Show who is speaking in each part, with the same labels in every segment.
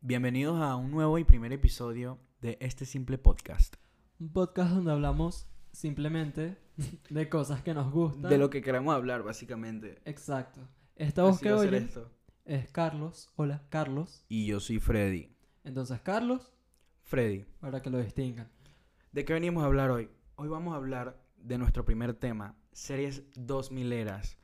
Speaker 1: Bienvenidos a un nuevo y primer episodio de este simple podcast.
Speaker 2: Un podcast donde hablamos simplemente de cosas que nos gustan.
Speaker 1: De lo que queramos hablar, básicamente.
Speaker 2: Exacto. Esta voz
Speaker 1: Así
Speaker 2: que
Speaker 1: va a ser
Speaker 2: oyen
Speaker 1: esto.
Speaker 2: es Carlos. Hola, Carlos.
Speaker 1: Y yo soy Freddy.
Speaker 2: Entonces, Carlos,
Speaker 1: Freddy,
Speaker 2: para que lo distingan.
Speaker 1: ¿de qué venimos a hablar hoy? Hoy vamos a hablar de nuestro primer tema, series dos mileras.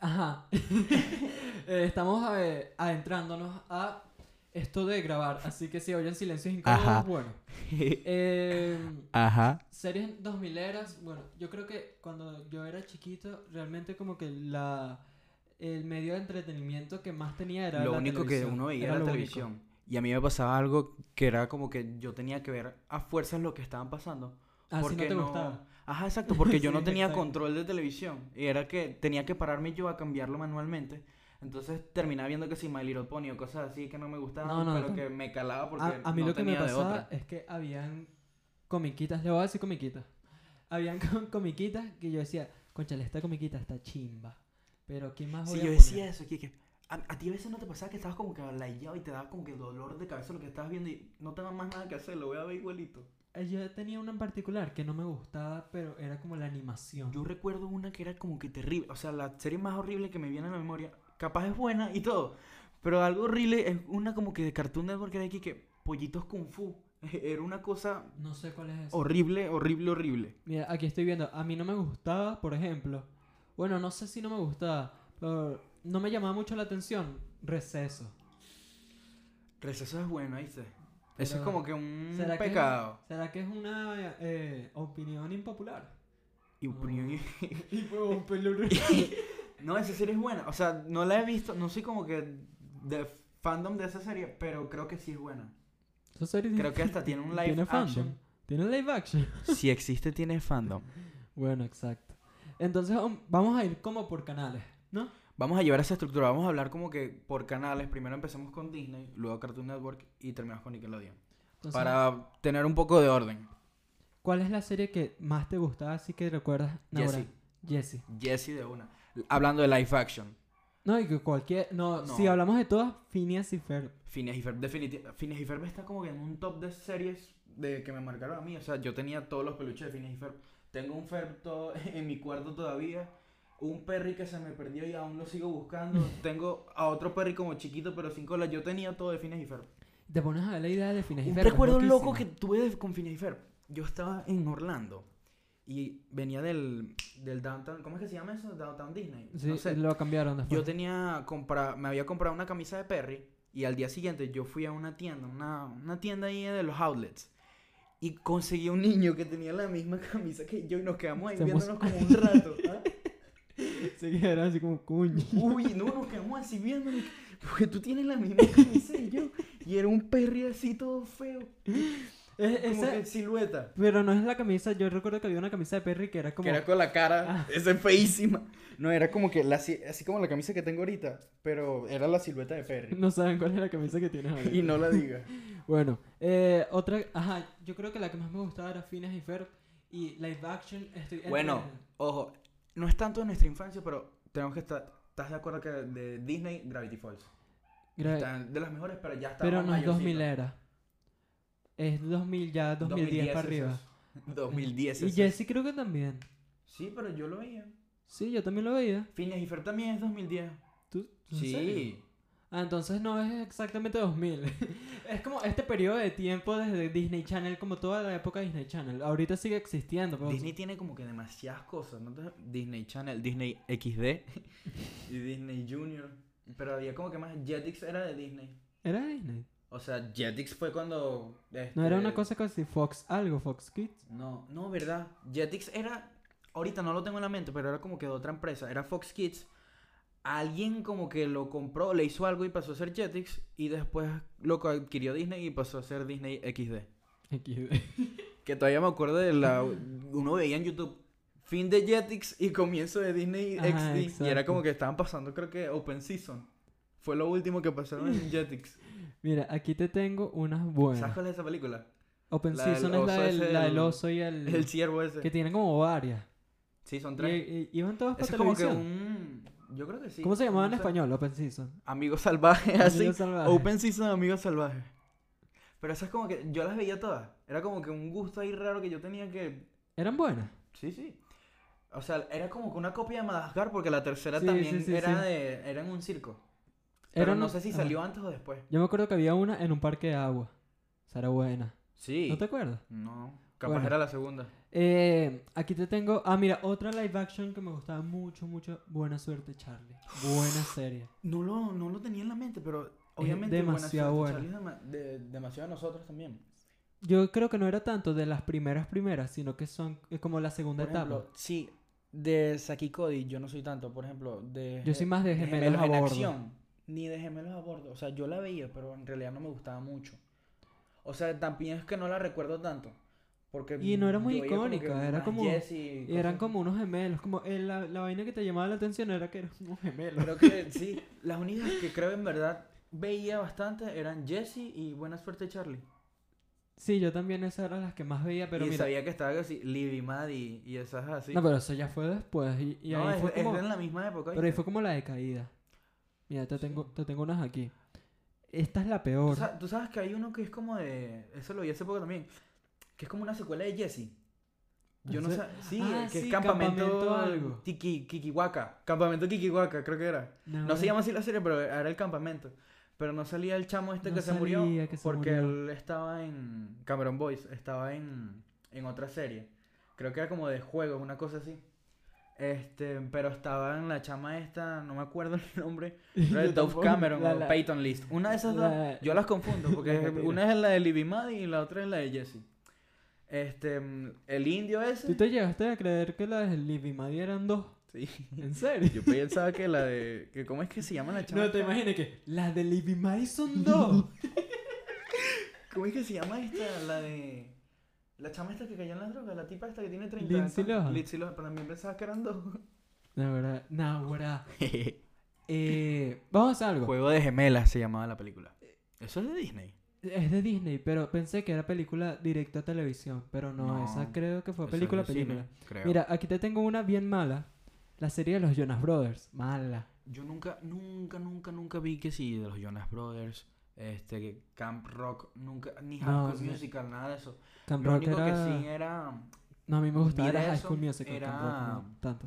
Speaker 2: Ajá. Eh, estamos eh, adentrándonos a esto de grabar, así que si oyen silencios incómodos,
Speaker 1: Ajá.
Speaker 2: bueno. Eh,
Speaker 1: Ajá.
Speaker 2: Series 2000 eras, bueno, yo creo que cuando yo era chiquito, realmente como que la el medio de entretenimiento que más tenía era
Speaker 1: Lo
Speaker 2: la
Speaker 1: único que
Speaker 2: televisión.
Speaker 1: uno veía
Speaker 2: Era
Speaker 1: era
Speaker 2: lo
Speaker 1: la
Speaker 2: único.
Speaker 1: televisión. Y a mí me pasaba algo que era como que yo tenía que ver a fuerzas lo que estaban pasando.
Speaker 2: Ah, si no
Speaker 1: porque
Speaker 2: te gustaba.
Speaker 1: Ajá, exacto, porque yo
Speaker 2: Sí,
Speaker 1: no tenía
Speaker 2: exacto.
Speaker 1: control de televisión. Y era que tenía que pararme yo a cambiarlo manualmente. Entonces terminaba viendo que si My Little Pony o cosas así que no me gustaban,
Speaker 2: No, no,
Speaker 1: pero
Speaker 2: no.
Speaker 1: que me calaba porque
Speaker 2: A, a mí
Speaker 1: no
Speaker 2: lo que me
Speaker 1: tenía de
Speaker 2: pasaba
Speaker 1: otra.
Speaker 2: es que habían comiquitas, le voy a decir comiquitas. Habían com- comiquitas que yo decía, conchale, esta comiquita está chimba. Pero ¿quién más
Speaker 1: Si
Speaker 2: ah, voy
Speaker 1: yo
Speaker 2: a
Speaker 1: decía
Speaker 2: poner?".
Speaker 1: eso, que, a, a ti a veces no te pasaba que estabas como que layado y te daba como que dolor de cabeza lo que estabas viendo y no tengo más nada que hacer, lo voy a ver igualito.
Speaker 2: Eh, Yo tenía una en particular que no me gustaba, pero era como la animación.
Speaker 1: Yo recuerdo una que era como que terrible, o sea, la serie más horrible que me viene a la memoria, capaz es buena y todo, pero algo horrible es una como que de Cartoon Network que era aquí que Pollitos Kung Fu, era una cosa
Speaker 2: No sé cuál es esa.
Speaker 1: horrible, horrible, horrible.
Speaker 2: Mira, aquí estoy viendo. A mí no me gustaba, por ejemplo. Bueno, no sé si no me gustaba, pero no me llamaba mucho la atención. Receso.
Speaker 1: Receso es bueno, ¿viste? Eso es
Speaker 2: Pero,
Speaker 1: como que un
Speaker 2: ¿será que-
Speaker 1: pecado.
Speaker 2: ¿Será que es una eh, opinión impopular?
Speaker 1: Y opinión-
Speaker 2: Y fue un pelur-
Speaker 1: no, esa serie es buena, o sea, no la he visto, no soy como que de fandom de esa serie, pero creo que sí es buena.
Speaker 2: Esa serie
Speaker 1: Creo que hasta tiene un live
Speaker 2: ¿Tiene fandom?
Speaker 1: action.
Speaker 2: Tiene live action.
Speaker 1: Si existe, tiene fandom.
Speaker 2: Bueno, exacto. Entonces um, vamos a ir como por canales, ¿no?
Speaker 1: Vamos a llevar esa estructura, vamos a hablar como que por canales. Primero empezamos con Disney, luego Cartoon Network y terminamos con Nickelodeon.
Speaker 2: Entonces,
Speaker 1: para tener un poco de orden.
Speaker 2: ¿Cuál es la serie que más te gustaba así que recuerdas? Naura?
Speaker 1: Jessie.
Speaker 2: Jessie.
Speaker 1: Jesse de una. L- Hablando de live action.
Speaker 2: No, y que cualquier... No,
Speaker 1: No.
Speaker 2: si hablamos de todas, Phineas y Ferb.
Speaker 1: Phineas y Ferb, definitivamente. Phineas y Ferb está como que en un top de series de que me marcaron a mí. O sea, yo tenía todos los peluches de Phineas y Ferb. Tengo un Ferb todo en mi cuarto todavía. Un perry que se me perdió y aún lo sigo buscando. Tengo a otro perry como chiquito pero sin cola. Yo tenía todo de Phineas y Ferb.
Speaker 2: Te pones a ver la idea de Phineas y
Speaker 1: Un
Speaker 2: Ferb, es
Speaker 1: recuerdo loco que
Speaker 2: loquísima.
Speaker 1: tuve de- con Phineas y Ferb. Yo estaba en Orlando y venía del, del Downtown, ¿cómo es que se llama eso? Downtown Disney.
Speaker 2: Sí,
Speaker 1: no sé.
Speaker 2: lo cambiaron después.
Speaker 1: Yo tenía compra, me había comprado una camisa de Perry y al día siguiente yo fui a una tienda, una, una tienda ahí de los outlets y conseguí un niño que tenía la misma camisa que yo y nos quedamos ahí
Speaker 2: Se
Speaker 1: viéndonos como un rato. ¿ah?
Speaker 2: Sí, que era así como cuño.
Speaker 1: Uy, no, nos quedamos así viéndonos porque tú tienes la misma camisa y yo y era un Perry así todo feo,
Speaker 2: Es-
Speaker 1: como
Speaker 2: esa-
Speaker 1: que silueta.
Speaker 2: Pero no es la camisa, yo recuerdo que había una camisa de Perry que era como...
Speaker 1: Que era con la cara,
Speaker 2: Ah.
Speaker 1: esa es feísima. No, era como que, la, si- así como la camisa que tengo ahorita, pero era la silueta de Perry.
Speaker 2: No saben cuál es la camisa que tienes ahorita.
Speaker 1: Y no la diga.
Speaker 2: Bueno, eh, otra... Ajá, yo creo que la que más me gustaba era Phineas y Ferb. Y live action estoy... entre-
Speaker 1: Bueno, ojo, no es tanto de nuestra infancia, pero tenemos que estar... ¿Estás de acuerdo que de Disney, Gravity Falls?
Speaker 2: Gra-
Speaker 1: Están de las mejores, pero ya está
Speaker 2: Pero no es 2000 era. Es 2000 ya, 2010, para arriba.
Speaker 1: 2010
Speaker 2: Y
Speaker 1: es
Speaker 2: Jessie creo que también.
Speaker 1: Sí, pero yo lo veía.
Speaker 2: Sí, yo también lo veía.
Speaker 1: Phineas y Ferb también es 2010.
Speaker 2: ¿Tú? ¿en serio? Ah, entonces no es exactamente 2000. es como este periodo de tiempo desde Disney Channel, como toda la época de Disney Channel. Ahorita sigue existiendo. pero-
Speaker 1: Disney tiene como que demasiadas cosas, ¿no? te- Disney Channel, Disney XD y Disney Junior. Pero había como que más. Jetix era de Disney.
Speaker 2: ¿Era Disney?
Speaker 1: O sea, Jetix fue cuando.
Speaker 2: No, era
Speaker 1: este,
Speaker 2: una cosa casi Fox algo, Fox Kids.
Speaker 1: No, no, verdad. Jetix era. Ahorita no lo tengo en la mente, pero era como que de otra empresa. Era Fox Kids. Alguien como que lo compró, le hizo algo y pasó a ser Jetix. Y después lo adquirió Disney y pasó a ser Disney XD.
Speaker 2: XD.
Speaker 1: Que todavía me acuerdo de la. Uno veía en YouTube. Fin de Jetix y comienzo de Disney
Speaker 2: Ajá,
Speaker 1: XD. Y era
Speaker 2: exacto.
Speaker 1: como que estaban pasando, creo que Open Season. Fue lo último que pasaron en Jetix.
Speaker 2: Mira, aquí te tengo unas
Speaker 1: ¿Sabes
Speaker 2: buenas.
Speaker 1: cuál es esa película?
Speaker 2: Open
Speaker 1: la del
Speaker 2: Season es la
Speaker 1: oso
Speaker 2: del,
Speaker 1: ese,
Speaker 2: la
Speaker 1: el-
Speaker 2: del oso y el...
Speaker 1: El ciervo ese.
Speaker 2: Que tienen como varias.
Speaker 1: Sí, son
Speaker 2: Y,
Speaker 1: tres.
Speaker 2: y- iban todas
Speaker 1: Eso
Speaker 2: para
Speaker 1: es como que
Speaker 2: televisión.
Speaker 1: un. Yo creo que sí.
Speaker 2: ¿Cómo se llamaba en
Speaker 1: No sé.
Speaker 2: español? Open Season.
Speaker 1: Amigos salvajes,
Speaker 2: Amigos
Speaker 1: así.
Speaker 2: Salvajes.
Speaker 1: Open Season Amigos Salvajes. Pero esas como que yo las veía todas. Era como que un gusto ahí raro que yo tenía que...
Speaker 2: ¿Eran buenas?
Speaker 1: Sí, sí. O sea, era como que una copia de Madagascar porque la tercera
Speaker 2: Sí,
Speaker 1: también
Speaker 2: sí, sí,
Speaker 1: era
Speaker 2: sí.
Speaker 1: de... Era en un circo. Pero
Speaker 2: Eran-
Speaker 1: no sé si
Speaker 2: ajá.
Speaker 1: salió antes o después.
Speaker 2: Yo me acuerdo que había una en un parque de agua. O sea, era buena.
Speaker 1: Sí.
Speaker 2: ¿No te acuerdas?
Speaker 1: No, capaz
Speaker 2: Bueno.
Speaker 1: era la segunda.
Speaker 2: Eh, aquí te tengo. Ah, mira, otra live action que me gustaba mucho, mucho. Buena suerte, Charlie. Buena serie.
Speaker 1: No lo, no lo tenía en la mente, pero obviamente...
Speaker 2: demasiado
Speaker 1: Buena Suerte
Speaker 2: buena.
Speaker 1: Charlie es dema- de- demasiado a nosotros también.
Speaker 2: Yo creo que no era tanto de las primeras primeras, sino que son eh, como la segunda
Speaker 1: Por
Speaker 2: etapa.
Speaker 1: ejemplo, sí, de Saki Cody yo no soy tanto, por ejemplo, de...
Speaker 2: Yo soy más de
Speaker 1: de
Speaker 2: gemelos a
Speaker 1: en
Speaker 2: bordo.
Speaker 1: acción, ni de gemelos a bordo. O sea, yo la veía, pero en realidad no me gustaba mucho. O sea, también es que no la recuerdo tanto. Porque
Speaker 2: Y no era muy
Speaker 1: yo veía como
Speaker 2: icónica,
Speaker 1: que
Speaker 2: era
Speaker 1: más
Speaker 2: como-
Speaker 1: Jesse y
Speaker 2: Y eran
Speaker 1: cosas.
Speaker 2: como unos gemelos, como eh, la, la vaina que te llamaba la atención era que eran unos gemelos.
Speaker 1: Creo que sí, las únicas que creo en verdad veía bastante eran Jesse y Buena Suerte Charlie.
Speaker 2: Sí, yo también esas eran las que más veía, pero
Speaker 1: y
Speaker 2: mira.
Speaker 1: sabía que estaba así, Libby, Maddie y esas así.
Speaker 2: No, pero eso ya fue después. Y, y
Speaker 1: No,
Speaker 2: ahí
Speaker 1: es-
Speaker 2: fue
Speaker 1: es
Speaker 2: como.
Speaker 1: en la misma época.
Speaker 2: Pero ahí
Speaker 1: ¿viste?
Speaker 2: fue como la decaída. Mira, te
Speaker 1: Sí.
Speaker 2: tengo, te tengo unas aquí. Esta es la
Speaker 1: ¿Tú,
Speaker 2: peor.
Speaker 1: sa- tú sabes que hay uno que es como de. Eso lo vi hace poco también. Que es como una secuela de Jesse. Yo no
Speaker 2: ¿En
Speaker 1: sé.
Speaker 2: serio?
Speaker 1: Sí,
Speaker 2: Ah,
Speaker 1: eh, que
Speaker 2: sí,
Speaker 1: es Campamento.
Speaker 2: Campamento algo.
Speaker 1: Tiki, Kikiwaka. Campamento Kikiwaka, creo que era. No se llama así la serie, pero era el campamento. Pero no salía el chamo este
Speaker 2: No
Speaker 1: que se murió.
Speaker 2: salía que se
Speaker 1: porque
Speaker 2: murió.
Speaker 1: él estaba en. Cameron Boys. Estaba en. En otra serie. Creo que era como de juegos, una cosa así. Este, pero estaba en la chama esta, no me acuerdo el nombre. Pero
Speaker 2: Yo
Speaker 1: era Dove
Speaker 2: tampoco.
Speaker 1: Cameron
Speaker 2: La-
Speaker 1: o
Speaker 2: la-
Speaker 1: Peyton List. Una de esas dos.
Speaker 2: la-
Speaker 1: Yo las confundo, porque
Speaker 2: La que tira.
Speaker 1: una es la de Libby Maddie y la otra es la de Jesse. Este, mm, el indio
Speaker 2: ¿Tú
Speaker 1: ese.
Speaker 2: te llegaste a creer que las de Liv y Maddie eran dos?
Speaker 1: Sí.
Speaker 2: ¿En serio?
Speaker 1: Yo pensaba que la de. Que ¿Cómo es que se llama la chama?
Speaker 2: No te
Speaker 1: esta?
Speaker 2: imagines que las de Liv y Maddie son dos.
Speaker 1: ¿Cómo es que se llama esta? La de. La chama esta que cayó en las drogas, la tipa esta que tiene 30
Speaker 2: Lindsay
Speaker 1: ¿cuánto?
Speaker 2: Lohan.
Speaker 1: Lindsay Lohan, pero también pensaba que eran dos.
Speaker 2: La verdad, no, Eh, vamos a hacer algo.
Speaker 1: Juego de gemelas se llamaba la película. Eso es de Disney.
Speaker 2: Es de Disney, pero pensé que era película directa a televisión, pero no,
Speaker 1: No,
Speaker 2: esa creo que fue
Speaker 1: Eso es
Speaker 2: película
Speaker 1: de cine,
Speaker 2: película.
Speaker 1: creo.
Speaker 2: Mira, aquí te tengo una bien mala. La serie de los Jonas Brothers. Mala.
Speaker 1: Yo nunca, nunca, nunca, nunca vi que sí, de los Jonas Brothers, este, que Camp Rock, nunca, ni High
Speaker 2: No,
Speaker 1: School
Speaker 2: sí.
Speaker 1: Musical, nada de eso.
Speaker 2: Camp
Speaker 1: Lo
Speaker 2: Rock
Speaker 1: único
Speaker 2: era...
Speaker 1: que sí era,
Speaker 2: No, a mí me gustaba
Speaker 1: vi de
Speaker 2: era High
Speaker 1: eso
Speaker 2: School Musical.
Speaker 1: era-
Speaker 2: Camp Rock, no tanto.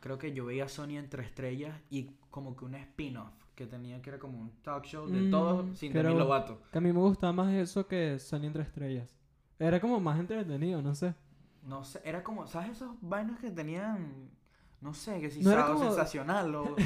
Speaker 1: creo que yo veía a Sony entre estrellas y como que un spin-off que tenía que era como un talk show de
Speaker 2: Mm,
Speaker 1: todos sin
Speaker 2: pero-
Speaker 1: Demi Lovato.
Speaker 2: Que a mí me gustaba más eso que Sony entre estrellas. Era como más entretenido, no sé.
Speaker 1: No sé, era como, ¿sabes esos vainos que tenían? No sé, que si
Speaker 2: No era
Speaker 1: Sábado
Speaker 2: como-
Speaker 1: sensacional o...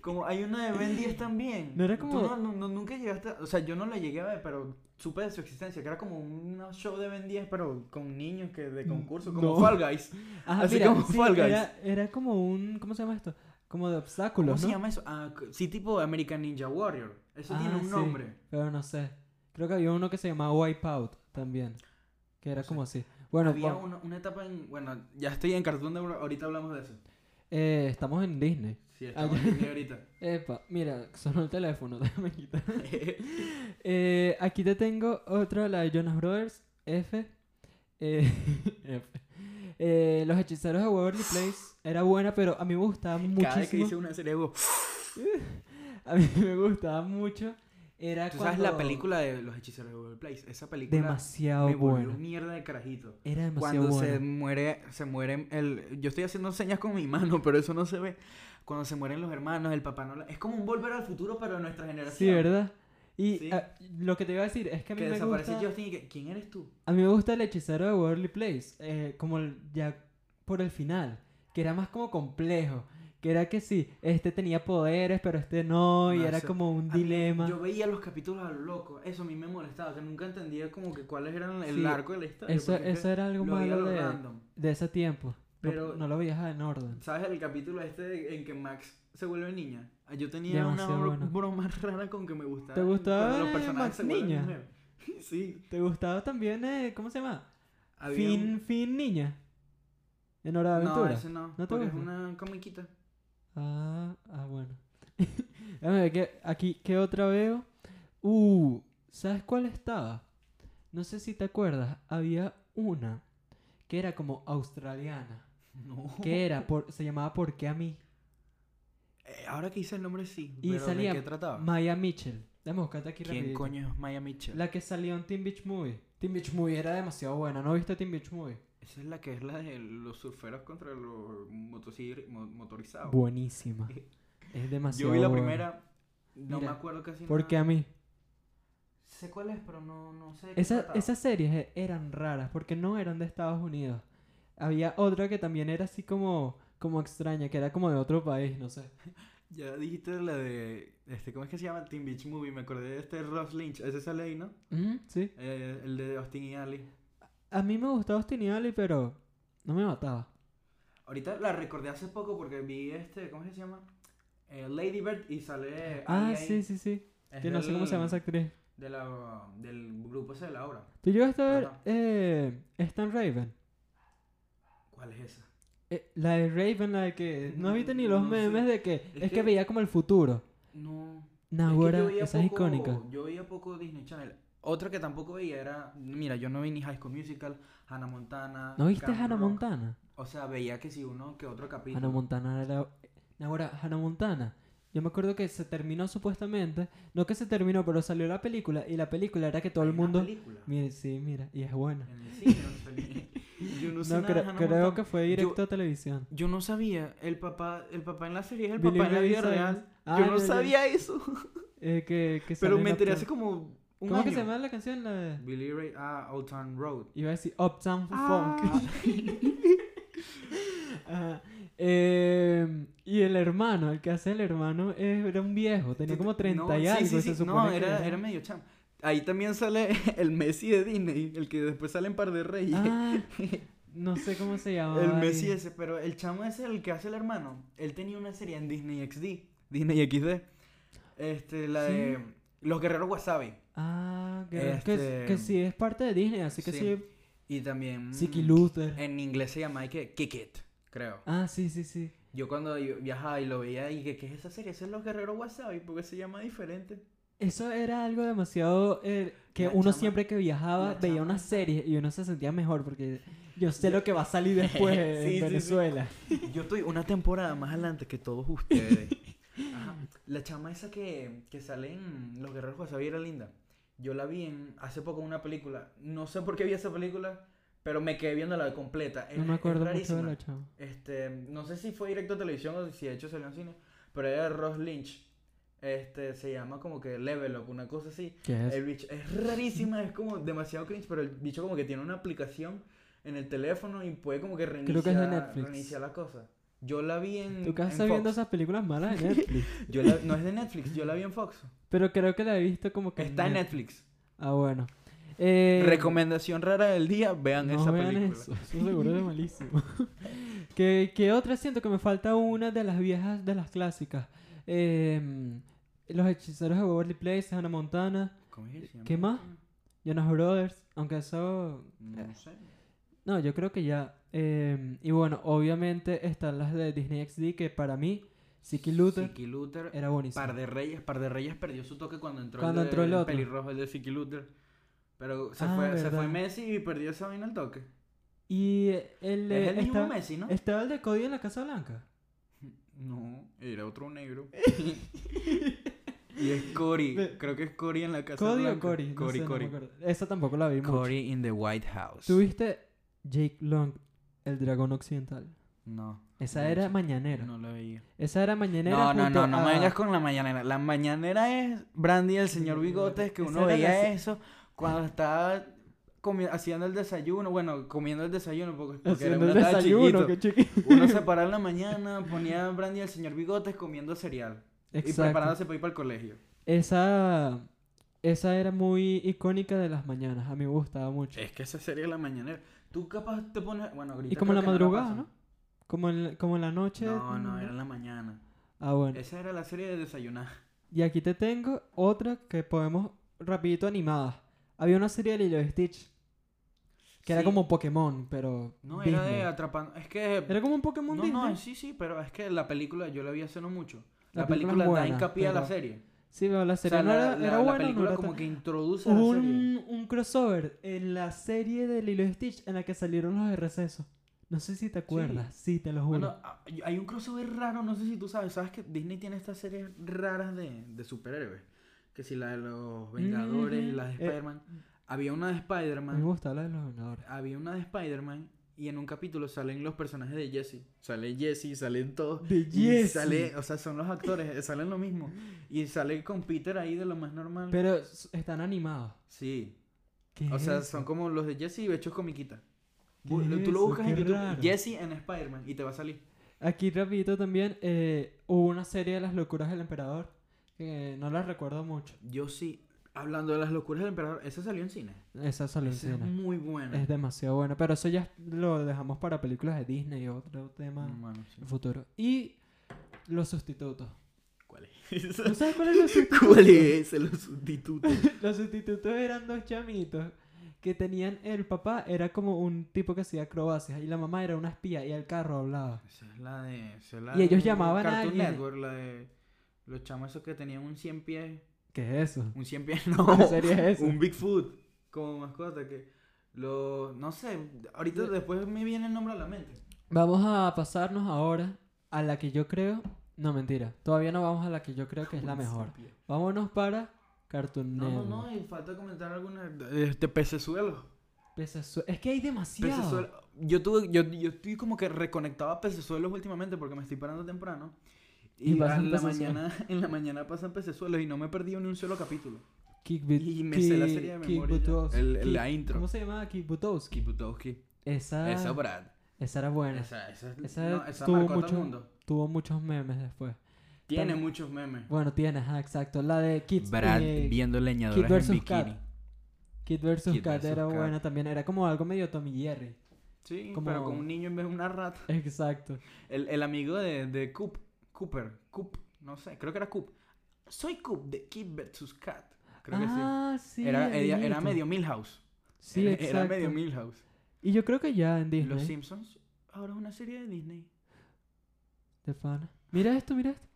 Speaker 1: Como hay una de Ben 10 también.
Speaker 2: No era
Speaker 1: Tú
Speaker 2: como-
Speaker 1: no- no- no- nunca llegaste, a- o sea, yo no la llegué a ver, pero supe de su existencia, que era como un show de Ben 10, pero con niños que de concurso, como
Speaker 2: No.
Speaker 1: Fall Guys.
Speaker 2: Ajá,
Speaker 1: Así
Speaker 2: mira,
Speaker 1: como
Speaker 2: sí,
Speaker 1: Fall Guys.
Speaker 2: Era, era como un... ¿Cómo se llama esto? Como de
Speaker 1: ¿Cómo
Speaker 2: obstáculos,
Speaker 1: se
Speaker 2: ¿no?
Speaker 1: llama eso? Ah, c- sí, tipo American Ninja Warrior. Eso tiene
Speaker 2: Ah,
Speaker 1: un
Speaker 2: sí,
Speaker 1: nombre.
Speaker 2: Pero no sé. Creo que había uno que se llamaba Wipeout también. Que era como así. Bueno,
Speaker 1: Había
Speaker 2: va-
Speaker 1: una, una etapa en, bueno, ya estoy en Cartoon Network, ahorita hablamos de eso.
Speaker 2: eh, estamos en Disney.
Speaker 1: Sí, estamos
Speaker 2: Ah, ya.
Speaker 1: en Disney ahorita.
Speaker 2: Epa, mira, sonó el teléfono, déjame quitar. Eh, aquí te tengo otra, la de Jonas Brothers, F. Eh, F. Eh, los hechiceros de Waverly Place era buena, pero a mí me gustaba
Speaker 1: Cada vez que dice
Speaker 2: muchísimo.
Speaker 1: una serie, digo,
Speaker 2: A mí me gustaba mucho. Era
Speaker 1: Tú sabes la
Speaker 2: cuando-
Speaker 1: película de Los Hechiceros de Waverly Place. Esa película
Speaker 2: Demasiado
Speaker 1: me volvió
Speaker 2: buena.
Speaker 1: mierda de carajito.
Speaker 2: Era demasiado
Speaker 1: Cuando se
Speaker 2: buena.
Speaker 1: muere, se mueren el. Yo estoy haciendo señas con mi mano, pero eso no se ve. Cuando se mueren los hermanos, el papá no. la- Es como un volver al futuro, pero de nuestra generación.
Speaker 2: Sí, ¿verdad? Y
Speaker 1: Sí.
Speaker 2: ah, lo que te iba a decir es que a mí
Speaker 1: Que
Speaker 2: me
Speaker 1: desaparece
Speaker 2: gusta...
Speaker 1: Justin y que. ¿Quién eres tú?
Speaker 2: A mí me gusta el hechicero de Waverly Place, eh, como el- ya por el final, que era más como complejo, que era que sí, este tenía poderes, pero este no, y
Speaker 1: No
Speaker 2: era
Speaker 1: sé.
Speaker 2: como un
Speaker 1: A mí-
Speaker 2: dilema.
Speaker 1: Yo veía los capítulos a lo loco. Eso a mí me molestaba. Que nunca entendía como que cuáles eran el
Speaker 2: Sí,
Speaker 1: arco de la historia.
Speaker 2: eso,
Speaker 1: porque es
Speaker 2: eso
Speaker 1: que
Speaker 2: era algo
Speaker 1: lo veía a
Speaker 2: malo
Speaker 1: lo
Speaker 2: de,
Speaker 1: random.
Speaker 2: de ese tiempo. No-
Speaker 1: Pero-
Speaker 2: no, lo veías en orden.
Speaker 1: ¿Sabes el capítulo este de- en que Max se vuelve niña? Ah, Yo tenía
Speaker 2: Demasiado
Speaker 1: una bro-
Speaker 2: bueno.
Speaker 1: broma rara con que me gustaba.
Speaker 2: ¿Te gustaba
Speaker 1: cuando
Speaker 2: ver Max
Speaker 1: vuelven
Speaker 2: niña?
Speaker 1: mujer. sí.
Speaker 2: ¿Te gustaba también, eh, cómo se llama?
Speaker 1: había
Speaker 2: Fin,
Speaker 1: un-
Speaker 2: fin niña. En Hora de Aventura.
Speaker 1: No, ese no.
Speaker 2: te
Speaker 1: porque es
Speaker 2: gusta?
Speaker 1: una comiquita.
Speaker 2: Ah, ah, bueno. Déjame ver qué, aquí, ¿qué otra veo? Uh, ¿sabes cuál estaba? No sé si te acuerdas, había una que era como australiana,
Speaker 1: No.
Speaker 2: que era, por, se llamaba ¿Por qué a mí?
Speaker 1: Eh, ahora que hice el nombre sí.
Speaker 2: Y
Speaker 1: pero
Speaker 2: salía
Speaker 1: ¿De qué trataba?
Speaker 2: Maya Mitchell. Déjame buscarte aquí
Speaker 1: ¿Quién
Speaker 2: rapidito.
Speaker 1: coño es Maya Mitchell?
Speaker 2: La que salió en Teen Beach Movie. Teen Beach Movie era demasiado buena. ¿No viste Teen Beach Movie?
Speaker 1: Esa es la que es la de los surferos contra los motocicl- mo- motorizados.
Speaker 2: Buenísima. Es
Speaker 1: Ah,
Speaker 2: demasiado
Speaker 1: Yo vi la
Speaker 2: buena.
Speaker 1: primera, no
Speaker 2: Mira,
Speaker 1: me acuerdo casi
Speaker 2: Porque a
Speaker 1: nada.
Speaker 2: mí.
Speaker 1: Sé cuál es, pero no, no sé. de qué
Speaker 2: Esa-
Speaker 1: trataba.
Speaker 2: esas series e- eran raras porque no eran de Estados Unidos. Había otra que también era así como, como extraña, que era como de otro país, no sé.
Speaker 1: Ya dijiste la de. Este, ¿Cómo es que se llama? Teen Beach Movie. Me acordé de este Ross Lynch. Ese sale ahí, ¿no?
Speaker 2: Ujú, Sí.
Speaker 1: Eh, el de Austin y Ali.
Speaker 2: A mí me gustaba Austin y Ali, pero no me mataba.
Speaker 1: Ahorita la recordé hace poco porque vi este. ¿Cómo es que se llama? Eh, Lady Bird y sale.
Speaker 2: Ah,
Speaker 1: Ali ahí.
Speaker 2: sí, sí, sí.
Speaker 1: Es
Speaker 2: Que no sé cómo se llama
Speaker 1: del-
Speaker 2: esa actriz.
Speaker 1: de la- del grupo ese de la obra.
Speaker 2: ¿Tú llegaste a ver
Speaker 1: Ajá.
Speaker 2: eh, Stan Raven?
Speaker 1: ¿Cuál es esa?
Speaker 2: Eh, la de Raven, la de que no viste ni los
Speaker 1: No sé.
Speaker 2: memes de que es, que,
Speaker 1: que-
Speaker 2: veía como el futuro.
Speaker 1: No.
Speaker 2: Nahuara,
Speaker 1: veía
Speaker 2: esa es icónica.
Speaker 1: Yo veía poco Disney Channel. Otra que tampoco veía era. Mira, yo no vi ni High School Musical, Hannah Montana.
Speaker 2: ¿No viste
Speaker 1: Camp
Speaker 2: Hannah
Speaker 1: Rock.
Speaker 2: Montana?
Speaker 1: O sea, veía que si uno que otro capítulo.
Speaker 2: Hannah Montana era... Ahora, Hannah Montana. Yo me acuerdo que se terminó supuestamente. No que se terminó, pero salió la película. Y la película era que todo
Speaker 1: Hay
Speaker 2: el
Speaker 1: una
Speaker 2: mundo...
Speaker 1: película
Speaker 2: Mire, sí, mira. Y es buena.
Speaker 1: en el cine, o sea, yo no sé
Speaker 2: No,
Speaker 1: nada de
Speaker 2: cre-
Speaker 1: Hannah
Speaker 2: creo
Speaker 1: Montana.
Speaker 2: que fue
Speaker 1: Yo-
Speaker 2: directo a televisión.
Speaker 1: Yo no sabía, el papá, el papá en la serie es el
Speaker 2: Billy
Speaker 1: papá en la
Speaker 2: Ray
Speaker 1: vida
Speaker 2: Cyrus.
Speaker 1: real.
Speaker 2: Ah,
Speaker 1: yo no
Speaker 2: ya, ya.
Speaker 1: sabía eso.
Speaker 2: Eh, que, que sale
Speaker 1: Pero
Speaker 2: en
Speaker 1: me enteré hace
Speaker 2: Uptown-
Speaker 1: como un
Speaker 2: ¿Cómo
Speaker 1: año.
Speaker 2: que se llama la canción? La de...
Speaker 1: Billy Ray, ah, Old Town Road.
Speaker 2: Iba a decir Uptown
Speaker 1: Ah.
Speaker 2: Funk. Ajá. Eh, y el hermano, el que hace el hermano, eh, era un viejo, tenía como 30
Speaker 1: No,
Speaker 2: y
Speaker 1: sí,
Speaker 2: algo.
Speaker 1: sí,
Speaker 2: se
Speaker 1: sí,
Speaker 2: supone
Speaker 1: No,
Speaker 2: que
Speaker 1: era, era medio chamo. Ahí también sale el Messi de Disney, el que después sale en Par de Reyes.
Speaker 2: Ah, no sé cómo se llamaba.
Speaker 1: el Messi
Speaker 2: ahí.
Speaker 1: ese, pero el chamo ese, el que hace el hermano, él tenía una serie en Disney XD, Disney XD. Este, la de Los Guerreros Wasabi.
Speaker 2: Ah, que, que,
Speaker 1: Este-
Speaker 2: que sí es parte de Disney, así que
Speaker 1: Sí.
Speaker 2: sí.
Speaker 1: Y también.
Speaker 2: Siki
Speaker 1: mm,
Speaker 2: Luther.
Speaker 1: En inglés se llama y que Kick It, creo.
Speaker 2: Ah, sí, sí, sí.
Speaker 1: Yo cuando yo viajaba y lo veía y que, ¿qué es esa serie? Ese es Los Guerreros Wasabi, porque se llama diferente.
Speaker 2: Eso era algo demasiado. eh, que
Speaker 1: La
Speaker 2: uno
Speaker 1: chama-
Speaker 2: siempre que viajaba
Speaker 1: la
Speaker 2: veía
Speaker 1: chama-
Speaker 2: una serie y uno se sentía mejor porque yo sé lo que va a salir después
Speaker 1: Sí, sí,
Speaker 2: en
Speaker 1: sí.
Speaker 2: Venezuela.
Speaker 1: Yo estoy una temporada más adelante que todos ustedes. Ajá. La chama esa que, que sale en Los Guerreros Wasabi era linda. Yo la vi en, hace poco en una película. No sé por qué vi esa película, pero me quedé viéndola de completa. Es-
Speaker 2: No me
Speaker 1: es
Speaker 2: acuerdo mucho
Speaker 1: rarísima.
Speaker 2: de la chava.
Speaker 1: Este, no sé si fue directo a televisión o si de hecho salió en cine, pero era de Ross Lynch. Este, se llama como que Level Up, una cosa así.
Speaker 2: ¿Qué es?
Speaker 1: El bicho es rarísima, es como demasiado cringe, pero el bicho como que tiene una aplicación en el teléfono y puede como que reiniciar,
Speaker 2: Creo que es de Netflix.
Speaker 1: reiniciar la cosa. Yo la vi en,
Speaker 2: Tú que
Speaker 1: en
Speaker 2: estás viendo
Speaker 1: Fox.
Speaker 2: esas películas malas de Netflix.
Speaker 1: Yo la- no es de Netflix, yo la vi en Fox.
Speaker 2: pero creo que la he visto como que.
Speaker 1: Está en
Speaker 2: Net-
Speaker 1: Netflix.
Speaker 2: Ah, bueno. Eh,
Speaker 1: Recomendación rara del día, vean
Speaker 2: no
Speaker 1: esa
Speaker 2: vean
Speaker 1: película.
Speaker 2: eso, eso seguro es malísimo. ¿Qué, qué otra siento? Que me falta una de las viejas, de las clásicas. Em, los hechiceros de Waverly Place, Hannah Montana,
Speaker 1: ¿Cómo es que se llama?
Speaker 2: ¿Qué más? Jonas Brothers, aunque eso...
Speaker 1: No sé.
Speaker 2: No, yo creo que ya. em, y bueno, obviamente están las de Disney XD, que para mí, Siki Luther
Speaker 1: Siki Luther,
Speaker 2: era buenísimo.
Speaker 1: Par de Reyes, Par de Reyes perdió su toque cuando entró
Speaker 2: Cuando
Speaker 1: el, de-
Speaker 2: entró el
Speaker 1: el
Speaker 2: otro.
Speaker 1: pelirrojo, el de Siki Luther. Pero se,
Speaker 2: Ah,
Speaker 1: fue, se
Speaker 2: verdad.
Speaker 1: fue Messi y perdió esa vaina al toque.
Speaker 2: Y el,
Speaker 1: es el
Speaker 2: eh,
Speaker 1: mismo
Speaker 2: estaba,
Speaker 1: Messi, ¿no?
Speaker 2: estaba el de Cody en la Casa Blanca.
Speaker 1: No, era otro negro. y es Cory,
Speaker 2: Ve-
Speaker 1: creo que es Cory en la casa
Speaker 2: ¿Cody o
Speaker 1: blanca.
Speaker 2: Cory? No
Speaker 1: Cory,
Speaker 2: sé, no me
Speaker 1: Cory.
Speaker 2: acuerdo. Esa tampoco la vi mucho.
Speaker 1: Cory in the White House.
Speaker 2: ¿Tuviste Jake Long, el dragón occidental?
Speaker 1: No.
Speaker 2: Esa era
Speaker 1: Mucho.
Speaker 2: mañanera.
Speaker 1: No la veía.
Speaker 2: Esa era mañanera.
Speaker 1: No, no,
Speaker 2: junto
Speaker 1: no, no
Speaker 2: a-
Speaker 1: me vengas con la mañanera. La mañanera es Brandy el señor Bigotes, que
Speaker 2: Esa
Speaker 1: uno
Speaker 2: era
Speaker 1: veía
Speaker 2: la se-
Speaker 1: eso cuando estaba comi- haciendo el desayuno. Bueno, comiendo el desayuno porque, porque
Speaker 2: Haciendo
Speaker 1: uno
Speaker 2: el
Speaker 1: estaba
Speaker 2: desayuno,
Speaker 1: chiquito.
Speaker 2: qué chiquito.
Speaker 1: Uno se paraba en la mañana, ponía Brandy el señor Bigotes comiendo cereal. Y
Speaker 2: Exacto.
Speaker 1: preparándose para ir para el colegio.
Speaker 2: Esa, esa era muy icónica de las mañanas. A mí me gustaba mucho.
Speaker 1: Es que esa serie es la mañanera. Tú capaz te pones. Bueno, ahorita.
Speaker 2: y como en la
Speaker 1: creo que
Speaker 2: madrugada, ¿no?
Speaker 1: pasan.
Speaker 2: Como en, como en la noche.
Speaker 1: No, no,
Speaker 2: mm,
Speaker 1: era en la mañana.
Speaker 2: Ah, bueno.
Speaker 1: Esa era la serie de desayunar.
Speaker 2: Y aquí te tengo otra que podemos rapidito animada. Había una serie de Lilo y Stitch que era
Speaker 1: Sí.
Speaker 2: como Pokémon, pero
Speaker 1: No, era
Speaker 2: Disney.
Speaker 1: de atrapando. Es que.
Speaker 2: Era como un Pokémon
Speaker 1: no,
Speaker 2: Disney.
Speaker 1: no, sí, sí, pero es que la película yo la vi hace no mucho.
Speaker 2: La
Speaker 1: La,
Speaker 2: película es
Speaker 1: película da
Speaker 2: buena,
Speaker 1: hincapié a la
Speaker 2: pero-
Speaker 1: serie.
Speaker 2: Sí, pero la
Speaker 1: O
Speaker 2: serie
Speaker 1: sea,
Speaker 2: no
Speaker 1: la,
Speaker 2: era,
Speaker 1: la-
Speaker 2: era
Speaker 1: la
Speaker 2: buena, no
Speaker 1: película
Speaker 2: era
Speaker 1: como
Speaker 2: tan-
Speaker 1: que introduce a la
Speaker 2: Hubo
Speaker 1: serie.
Speaker 2: un, un crossover en la serie de Lilo y Stitch en la que salieron los de receso. No sé si te acuerdas, sí, te lo juro.
Speaker 1: Bueno, a- hay un crossover raro, no sé si tú sabes. Sabes que Disney tiene estas series raras de, de superhéroes. Que si la de los Vengadores,
Speaker 2: Mm,
Speaker 1: la de
Speaker 2: eh.
Speaker 1: Spider-Man. Había una de
Speaker 2: A mí me
Speaker 1: Spider-Man.
Speaker 2: gustaba la de los Vengadores.
Speaker 1: Había una de Spider-Man. Y en un capítulo salen los personajes de Jesse. Sale Jesse, salen todos.
Speaker 2: De
Speaker 1: Y
Speaker 2: Jesse.
Speaker 1: sale, o sea, son los actores, eh, salen lo mismo. Y sale con Peter ahí de lo más normal.
Speaker 2: Pero s- están animados.
Speaker 1: Sí.
Speaker 2: ¿Qué
Speaker 1: O
Speaker 2: es
Speaker 1: sea,
Speaker 2: eso?
Speaker 1: son como los de Jesse y hechos comiquita.
Speaker 2: ¿Qué
Speaker 1: Bu-
Speaker 2: es
Speaker 1: Tú lo
Speaker 2: eso?
Speaker 1: buscas en
Speaker 2: Qué
Speaker 1: YouTube.
Speaker 2: raro.
Speaker 1: Jesse en Spider-Man y te va a salir.
Speaker 2: Aquí rapidito también eh, hubo una serie de las locuras del emperador que no la recuerdo mucho.
Speaker 1: Yo sí, hablando de las locuras del emperador, esa salió en cine.
Speaker 2: Esa salió en
Speaker 1: Esa es
Speaker 2: cine.
Speaker 1: muy buena.
Speaker 2: Es demasiado bueno. Pero eso ya lo dejamos para películas de Disney y otro tema en
Speaker 1: Mano, sí.
Speaker 2: el futuro. Y los sustitutos.
Speaker 1: ¿Cuál es?
Speaker 2: ¿No sabes cuáles son los sustitutos?
Speaker 1: ¿Cuál es el sustituto?
Speaker 2: Los sustitutos eran dos chamitos que tenían. El papá era como un tipo que hacía acrobacias y la mamá era una espía y el carro hablaba.
Speaker 1: Esa es la de. esa es la
Speaker 2: Y ellos
Speaker 1: de
Speaker 2: llamaban a
Speaker 1: Cartoon
Speaker 2: alguien.
Speaker 1: Network, la de. Los chamos esos que tenían un 100 pies.
Speaker 2: ¿Qué es eso?
Speaker 1: Un 100 pies, no.
Speaker 2: ¿Qué serie es eso?
Speaker 1: Un Bigfoot como mascota que. Lo, no sé, ahorita
Speaker 2: Sí.
Speaker 1: después me viene el nombre a la mente.
Speaker 2: Vamos a pasarnos ahora a la que yo creo. No, mentira. Todavía no vamos a la que yo creo que es la
Speaker 1: Un
Speaker 2: mejor.
Speaker 1: 100 pies.
Speaker 2: Vámonos para Cartoon
Speaker 1: No, no,
Speaker 2: Network.
Speaker 1: no, y falta comentar alguna. Este pecesuelo.
Speaker 2: Pecesuelo- Es que hay demasiado.
Speaker 1: Pecesuelo. Yo, tuve, yo, yo estoy como que reconectado a pecesuelos últimamente porque me estoy parando temprano.
Speaker 2: Y
Speaker 1: Y, a
Speaker 2: pasan
Speaker 1: la
Speaker 2: pecesuelos.
Speaker 1: mañana, en la mañana pasan pecesuelos y no me he perdido ni un solo capítulo.
Speaker 2: Kick
Speaker 1: Y me sé la serie de memoria ya. El- el- la intro.
Speaker 2: ¿Cómo se llamaba? Kick Butowski.
Speaker 1: Kiputowski.
Speaker 2: Esa,
Speaker 1: Esa
Speaker 2: esa,
Speaker 1: Brad.
Speaker 2: era buena.
Speaker 1: Esa, esa,
Speaker 2: Ah. esa
Speaker 1: no, esa
Speaker 2: tuvo
Speaker 1: marcó a todo
Speaker 2: mucho-
Speaker 1: el mundo.
Speaker 2: Tuvo muchos memes después.
Speaker 1: Tiene
Speaker 2: Tam-
Speaker 1: muchos memes.
Speaker 2: Bueno, tienes, ajá, exacto. La de Kids eh,
Speaker 1: viendo
Speaker 2: Kid versus Kat. Kid vs.
Speaker 1: Kid
Speaker 2: Kat
Speaker 1: versus
Speaker 2: era
Speaker 1: Kat.
Speaker 2: buena también. Era como algo medio Tommy Jerry.
Speaker 1: Sí,
Speaker 2: Como-
Speaker 1: pero con un niño en vez de una rata.
Speaker 2: Exacto.
Speaker 1: El, el amigo de, de Coop, Cooper, Coop, no sé, creo que era Coop. Soy Coop de Kid vs. Cat. Creo
Speaker 2: ah,
Speaker 1: que
Speaker 2: sí.
Speaker 1: sí. Era, era, era
Speaker 2: amiguito.
Speaker 1: medio Milhouse.
Speaker 2: Sí,
Speaker 1: era,
Speaker 2: exacto.
Speaker 1: era medio Milhouse.
Speaker 2: Y yo creo que ya en Disney.
Speaker 1: Los Simpsons ahora es una serie de Disney.
Speaker 2: de pana. Mira esto, mira esto.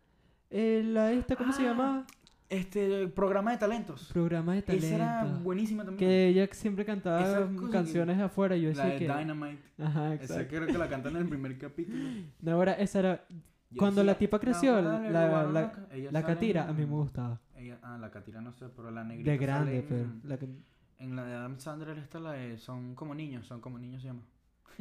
Speaker 2: Eh, la esta, ¿cómo se
Speaker 1: Ah.
Speaker 2: llamaba?
Speaker 1: Este, programa de talentos.
Speaker 2: Programa de talento.
Speaker 1: Esa era buenísima también.
Speaker 2: Que ella siempre cantaba
Speaker 1: Esa
Speaker 2: mm,
Speaker 1: cosa que-
Speaker 2: canciones de afuera. y Yo
Speaker 1: La de
Speaker 2: decía que.
Speaker 1: Dynamite.
Speaker 2: Ajá,
Speaker 1: Esa
Speaker 2: exacto.
Speaker 1: creo que la cantan en el primer capítulo.
Speaker 2: No, ahora esa era.
Speaker 1: Yo
Speaker 2: Cuando
Speaker 1: decía,
Speaker 2: la tipa creció,
Speaker 1: "Ahora le
Speaker 2: la-
Speaker 1: robaron
Speaker 2: la-
Speaker 1: ca-". Ella
Speaker 2: La
Speaker 1: sale
Speaker 2: catira,
Speaker 1: en-
Speaker 2: a mí me gustaba.
Speaker 1: ella- ah, la catira no sé, pero la negrita.
Speaker 2: De grande,
Speaker 1: sale
Speaker 2: pero.
Speaker 1: en,
Speaker 2: la que-
Speaker 1: en la de Adam Sandler, esta la de Son como niños, son como niños se llama.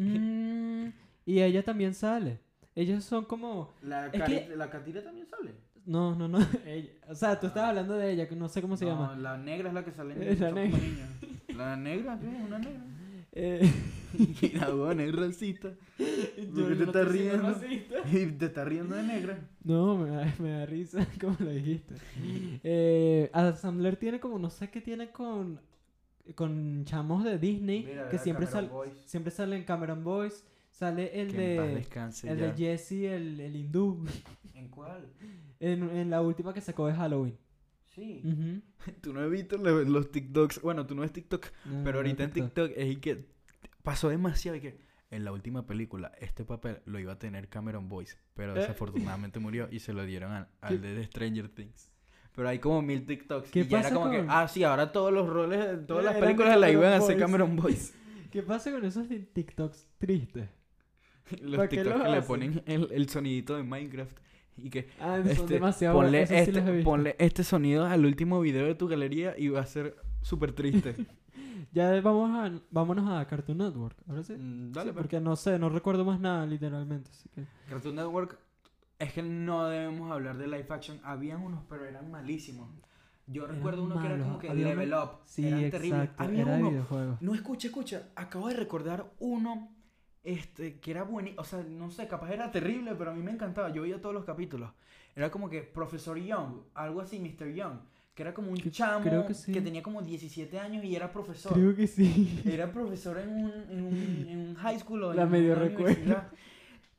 Speaker 2: Mm, y ella también sale. Ellos son como.
Speaker 1: La,
Speaker 2: Es
Speaker 1: cari-
Speaker 2: que-
Speaker 1: la catira también sale.
Speaker 2: No, no, no. ella- O sea, tú estabas hablando de ella, que no sé cómo se
Speaker 1: No,
Speaker 2: llama.
Speaker 1: La negra es la que sale en
Speaker 2: Es la
Speaker 1: Son
Speaker 2: negra.
Speaker 1: como niños. La negra, ¿qué? Una negra.
Speaker 2: Eh,
Speaker 1: y la buena es racista.
Speaker 2: yo
Speaker 1: qué te
Speaker 2: no estoy
Speaker 1: estás
Speaker 2: siendo
Speaker 1: riendo?
Speaker 2: racista.
Speaker 1: Y te está riendo de negra.
Speaker 2: No, me da, me da risa como lo dijiste. Eh, Adam Sandler tiene como, no sé qué tiene con, con chamos de Disney,
Speaker 1: Mira,
Speaker 2: que
Speaker 1: ¿verdad?
Speaker 2: siempre,
Speaker 1: Cameron
Speaker 2: sal-
Speaker 1: Boyce.
Speaker 2: siempre salen Cameron Boys, sale el
Speaker 1: Que en paz
Speaker 2: de...
Speaker 1: descanse
Speaker 2: El
Speaker 1: ya.
Speaker 2: de Jesse, el, el hindú,
Speaker 1: ¿En cuál?
Speaker 2: en, en la última que sacó de Halloween.
Speaker 1: Sí.
Speaker 2: Ujú.
Speaker 1: Tú no has visto lo- los TikToks. Bueno, tú no ves TikTok.
Speaker 2: No,
Speaker 1: Pero
Speaker 2: no,
Speaker 1: ahorita en
Speaker 2: Ah, TikTok.
Speaker 1: TikTok es que pasó demasiado. Y que en la última película, este papel lo iba a tener Cameron Boyce. Pero
Speaker 2: Eh.
Speaker 1: desafortunadamente murió y se lo dieron al, al
Speaker 2: ¿Qué?
Speaker 1: de Stranger Things. Pero hay como mil TikToks.
Speaker 2: ¿Qué
Speaker 1: y ya era
Speaker 2: pasa
Speaker 1: como que,
Speaker 2: con-
Speaker 1: ah, sí, ahora todos los roles, eh, todas las
Speaker 2: Eran de
Speaker 1: películas la iban a
Speaker 2: Cameron
Speaker 1: hacer
Speaker 2: Boyce.
Speaker 1: Cameron Boyce.
Speaker 2: ¿Qué pasa con esos ti- TikToks tristes?
Speaker 1: Los
Speaker 2: ¿Para qué
Speaker 1: TikToks
Speaker 2: los
Speaker 1: que le
Speaker 2: hacen?
Speaker 1: ponen el, el sonidito de Minecraft. Y que
Speaker 2: Ah, son
Speaker 1: este,
Speaker 2: demasiado
Speaker 1: ponle,
Speaker 2: buenos, esos sí
Speaker 1: este,
Speaker 2: los he visto.
Speaker 1: ponle este sonido al último video de tu galería y va a ser súper triste.
Speaker 2: Ya vamos a, vámonos a Cartoon Network, ahora sí.
Speaker 1: Mm,
Speaker 2: Sí,
Speaker 1: Dale, pues.
Speaker 2: porque no sé, no recuerdo más nada literalmente, así que...
Speaker 1: Cartoon Network es que no debemos hablar de live action. Habían unos, pero eran malísimos. Yo
Speaker 2: Eran
Speaker 1: recuerdo uno que era
Speaker 2: malos.
Speaker 1: como que
Speaker 2: Había uno-
Speaker 1: Level Up.
Speaker 2: Sí,
Speaker 1: eran terribles.
Speaker 2: exacto.
Speaker 1: Había
Speaker 2: Era de
Speaker 1: uno.
Speaker 2: videojuegos.
Speaker 1: No, escucha, escucha. Acabo de recordar uno este, que era bueno. O sea, no sé, capaz era terrible, pero a mí me encantaba. Yo veía todos los capítulos. Era como que Profesor Young, algo así, Mr. Young. Que era como un
Speaker 2: Que-
Speaker 1: chamo
Speaker 2: creo que sí.
Speaker 1: tenía como 17 años y era profesor.
Speaker 2: Creo que sí.
Speaker 1: Era profesor en un, en un, en un high school o
Speaker 2: La
Speaker 1: en
Speaker 2: medio
Speaker 1: una
Speaker 2: recuerdo.
Speaker 1: universidad.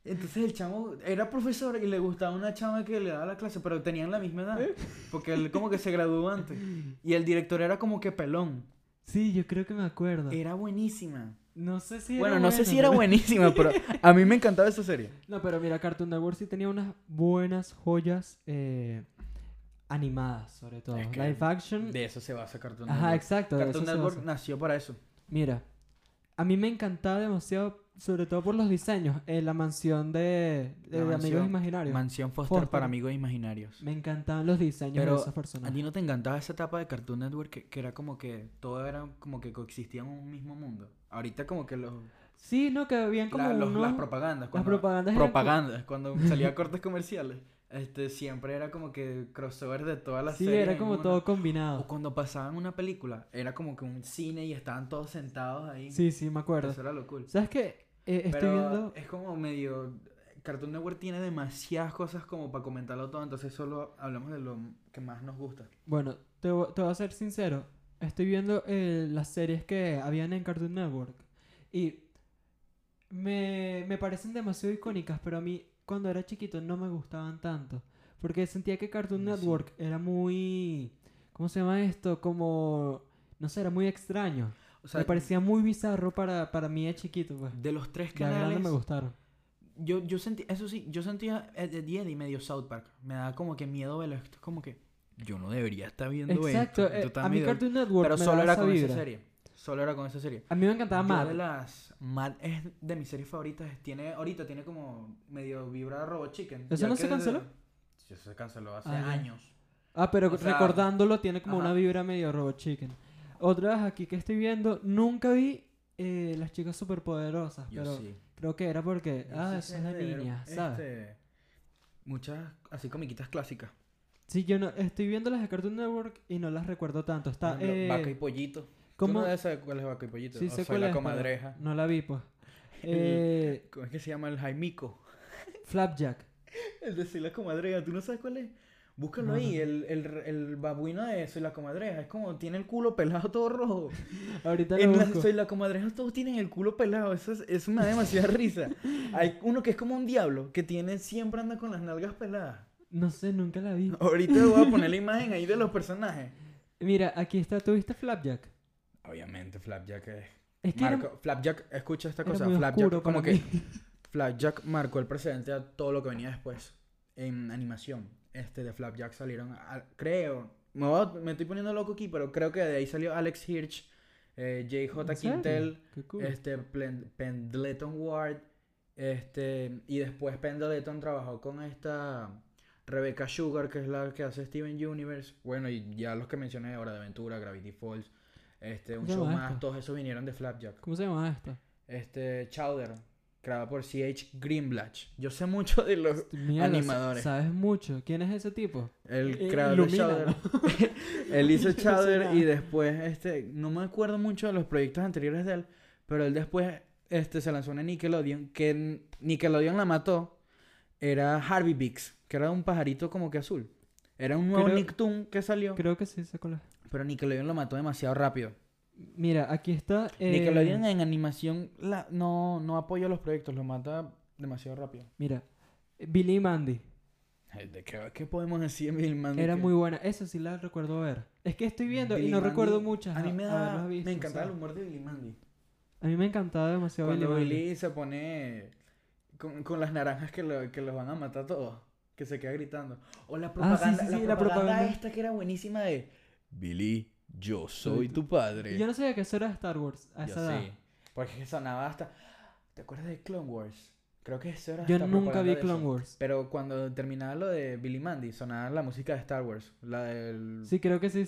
Speaker 1: Entonces el chamo era profesor y le gustaba una chama que le daba la clase, pero tenían la misma edad.
Speaker 2: ¿Eh?
Speaker 1: Porque él como que se graduó antes. Y el director era como que pelón.
Speaker 2: Sí, yo creo que me acuerdo.
Speaker 1: Era buenísima.
Speaker 2: No sé si era
Speaker 1: Eh. bueno, no sé
Speaker 2: buena,
Speaker 1: si era
Speaker 2: pero-
Speaker 1: buenísima, pero a mí me encantaba esa serie.
Speaker 2: No, pero mira, Cartoon Network sí tenía unas buenas joyas eh, animadas, sobre todo.
Speaker 1: Es que
Speaker 2: Live action.
Speaker 1: De eso se basa Cartoon
Speaker 2: Ajá,
Speaker 1: Network.
Speaker 2: exacto. de
Speaker 1: Cartoon
Speaker 2: eso se
Speaker 1: Network
Speaker 2: basa.
Speaker 1: nació para eso.
Speaker 2: Mira, a mí me encantaba demasiado, sobre todo por los diseños, eh, la mansión de,
Speaker 1: La
Speaker 2: de- de Amigos
Speaker 1: mansión-
Speaker 2: Imaginarios.
Speaker 1: Mansión Foster,
Speaker 2: Foster.
Speaker 1: para amigos imaginarios.
Speaker 2: me encantaban los diseños
Speaker 1: Pero
Speaker 2: de esos
Speaker 1: ¿A
Speaker 2: personajes.
Speaker 1: ti no te encantaba esa etapa de Cartoon Network que, que era como que todo era como que coexistían en un mismo mundo? Ahorita como que los,
Speaker 2: Sí, no, que habían como
Speaker 1: la- los-
Speaker 2: unos-
Speaker 1: las propagandas.
Speaker 2: las
Speaker 1: Cuando,
Speaker 2: propagandas eran como-
Speaker 1: propagandas, cuando salía cortes comerciales. Este, siempre era como que crossover de todas las
Speaker 2: Sí,
Speaker 1: series
Speaker 2: era
Speaker 1: en
Speaker 2: como
Speaker 1: una.
Speaker 2: todo
Speaker 1: O
Speaker 2: combinado.
Speaker 1: cuando pasaban una película, era como que un cine y estaban todos sentados ahí.
Speaker 2: Sí, sí, me acuerdo.
Speaker 1: Eso era lo cool.
Speaker 2: ¿Sabes qué? Eh, estoy
Speaker 1: Pero
Speaker 2: viendo...
Speaker 1: es como medio... Cartoon Network tiene demasiadas cosas como para comentarlo todo, entonces solo hablamos de lo que más nos gusta.
Speaker 2: Bueno, te, vo- te voy a ser sincero. Estoy viendo eh, las series que habían en Cartoon Network. Y me, me parecen demasiado icónicas, pero a mí cuando era chiquito no me gustaban tanto. Porque sentía que Cartoon
Speaker 1: Mm, Sí.
Speaker 2: Network era muy... ¿Cómo se llama esto? Como... No sé, era muy extraño.
Speaker 1: O sea,
Speaker 2: me parecía muy bizarro para, para mí de chiquito, pues.
Speaker 1: de los tres
Speaker 2: Que a grande
Speaker 1: canales...
Speaker 2: me gustaron.
Speaker 1: Yo, yo sentí, eso sí, yo sentía eh, de día y medio South Park. Me da como que miedo verlo. Esto es como que yo no debería estar viendo
Speaker 2: Exacto.
Speaker 1: esto.
Speaker 2: eh,
Speaker 1: esto está
Speaker 2: a mí
Speaker 1: medio-
Speaker 2: Cartoon Network
Speaker 1: Pero
Speaker 2: me
Speaker 1: solo
Speaker 2: daba
Speaker 1: era
Speaker 2: esa
Speaker 1: con esa
Speaker 2: vibra.
Speaker 1: serie. Solo era con esa serie.
Speaker 2: A mí me encantaba
Speaker 1: Yo
Speaker 2: Mad.
Speaker 1: de las Mad es de mis series favoritas. Tiene, ahorita tiene como medio vibra Robot Chicken.
Speaker 2: ¿Eso
Speaker 1: ya
Speaker 2: no se
Speaker 1: que-
Speaker 2: canceló?
Speaker 1: Sí, eso se canceló hace
Speaker 2: Ah, ya.
Speaker 1: años.
Speaker 2: Ah, pero
Speaker 1: O sea,
Speaker 2: recordándolo tiene como
Speaker 1: ajá.
Speaker 2: una vibra medio Robot Chicken. Otras aquí que estoy viendo, nunca vi eh, las chicas superpoderosas,
Speaker 1: Yo
Speaker 2: pero
Speaker 1: sí.
Speaker 2: creo que era porque,
Speaker 1: Yo
Speaker 2: ah,
Speaker 1: sí
Speaker 2: eso
Speaker 1: sé
Speaker 2: es de
Speaker 1: ver,
Speaker 2: niñas, ¿sabes?
Speaker 1: este, muchas así comiquitas clásicas.
Speaker 2: Sí, yo no, estoy viendo las de Cartoon Network y no las recuerdo tanto. Está,
Speaker 1: Por ejemplo, Vaca y
Speaker 2: eh,
Speaker 1: Pollito. ¿Cómo?
Speaker 2: ¿cómo?
Speaker 1: ¿Tú no sabes cuál es Vaca y Pollito?
Speaker 2: Sí,
Speaker 1: o
Speaker 2: sé
Speaker 1: soy
Speaker 2: cuál
Speaker 1: la
Speaker 2: es, pero
Speaker 1: comadreja.
Speaker 2: No la vi, pues.
Speaker 1: El-
Speaker 2: Eh,
Speaker 1: ¿Cómo es que se llama el Jaimico?
Speaker 2: Flapjack.
Speaker 1: El de Soy la Comadreja, ¿tú no sabes cuál es? Búscalo
Speaker 2: No,
Speaker 1: ahí,
Speaker 2: no,
Speaker 1: El, el, el babuino de Soy la Comadreja. Es como tiene el culo pelado todo rojo.
Speaker 2: Ahorita lo
Speaker 1: En la,
Speaker 2: busco.
Speaker 1: Soy la Comadreja todos tienen el culo pelado. Eso es, es una demasiada risa. Hay uno que es como un diablo, que tiene siempre anda con las nalgas peladas.
Speaker 2: No sé, nunca la vi.
Speaker 1: Ahorita voy a poner la imagen ahí de los personajes.
Speaker 2: Mira, aquí está, ¿tuviste Flapjack?
Speaker 1: Obviamente, Flapjack es.
Speaker 2: Es que era-
Speaker 1: Marco, Flapjack, escucha esta
Speaker 2: era
Speaker 1: cosa.
Speaker 2: muy
Speaker 1: Flapjack,
Speaker 2: oscuro
Speaker 1: como
Speaker 2: para
Speaker 1: que.
Speaker 2: mí.
Speaker 1: Flapjack marcó el precedente a todo lo que venía después en animación. Este de Flapjack salieron, a- creo, me, voy a- me estoy poniendo loco aquí, pero creo que de ahí salió Alex Hirsch, eh, JJ
Speaker 2: ¿En serio?
Speaker 1: Quintel,
Speaker 2: Qué cool.
Speaker 1: este Plen- Pendleton Ward, este y después Pendleton trabajó con esta Rebecca Sugar, que es la que hace Steven Universe. Bueno, y ya los que mencioné, Hora de Aventura, Gravity Falls, este un
Speaker 2: Ya
Speaker 1: show
Speaker 2: va
Speaker 1: más,
Speaker 2: esto.
Speaker 1: todos esos vinieron de Flapjack.
Speaker 2: ¿Cómo se llama esto?
Speaker 1: Este, Chowder, creado por C.H. Greenblatt. Yo sé mucho de los...
Speaker 2: Mierda, sa-
Speaker 1: animadores.
Speaker 2: Sabes mucho. ¿Quién es ese tipo?
Speaker 1: El
Speaker 2: Eh,
Speaker 1: creador de Chowder.
Speaker 2: ilumínanos.
Speaker 1: él hizo
Speaker 2: Yo no sé
Speaker 1: Chowder y
Speaker 2: nada.
Speaker 1: después, este, no me acuerdo mucho de los proyectos anteriores de él, pero él después, este, se lanzó una Nickelodeon, que n- Nickelodeon la mató, era Harvey Bix, que era un pajarito como que azul. Era un nuevo
Speaker 2: Creo-
Speaker 1: Nicktoon que salió,
Speaker 2: Creo que sí, sé cuál es.
Speaker 1: pero Nickelodeon lo mató demasiado rápido.
Speaker 2: Mira, aquí está. eh,
Speaker 1: Nickelodeon en animación la- no, no apoya los proyectos, lo mata demasiado rápido.
Speaker 2: Mira, Billy y Mandy.
Speaker 1: Ay, ¿De qué, qué podemos decir, Bill Mandy?
Speaker 2: Era
Speaker 1: Que-
Speaker 2: muy buena. Eso sí la recuerdo ver. Es que estoy viendo
Speaker 1: Billy
Speaker 2: y no
Speaker 1: Mandy,
Speaker 2: recuerdo muchas.
Speaker 1: A mí me,
Speaker 2: haberlas
Speaker 1: da,
Speaker 2: visto,
Speaker 1: me encantaba el
Speaker 2: ¿sabes?
Speaker 1: humor de Billy Mandy.
Speaker 2: A mí me encantaba demasiado Billy,
Speaker 1: Cuando
Speaker 2: Mandy.
Speaker 1: Billy se pone con, con las naranjas que, lo- que los van a matar a todos. Que se queda gritando. O la propaganda,
Speaker 2: Ah, sí, sí,
Speaker 1: la
Speaker 2: sí, la
Speaker 1: propaganda,
Speaker 2: propaganda.
Speaker 1: esta que era buenísima de Billy, yo soy
Speaker 2: tu-
Speaker 1: tu padre.
Speaker 2: Yo no sabía que eso era Star Wars a
Speaker 1: Yo
Speaker 2: esa edad.
Speaker 1: sí. Porque sonaba hasta. ¿Te acuerdas de Clone Wars? Creo que eso era
Speaker 2: Yo
Speaker 1: hasta
Speaker 2: nunca
Speaker 1: propaganda
Speaker 2: vi
Speaker 1: de
Speaker 2: Clone
Speaker 1: eso.
Speaker 2: Wars.
Speaker 1: Pero cuando terminaba lo de Billy Mandy, sonaba la música de Star Wars. La del.
Speaker 2: Sí, creo que sí.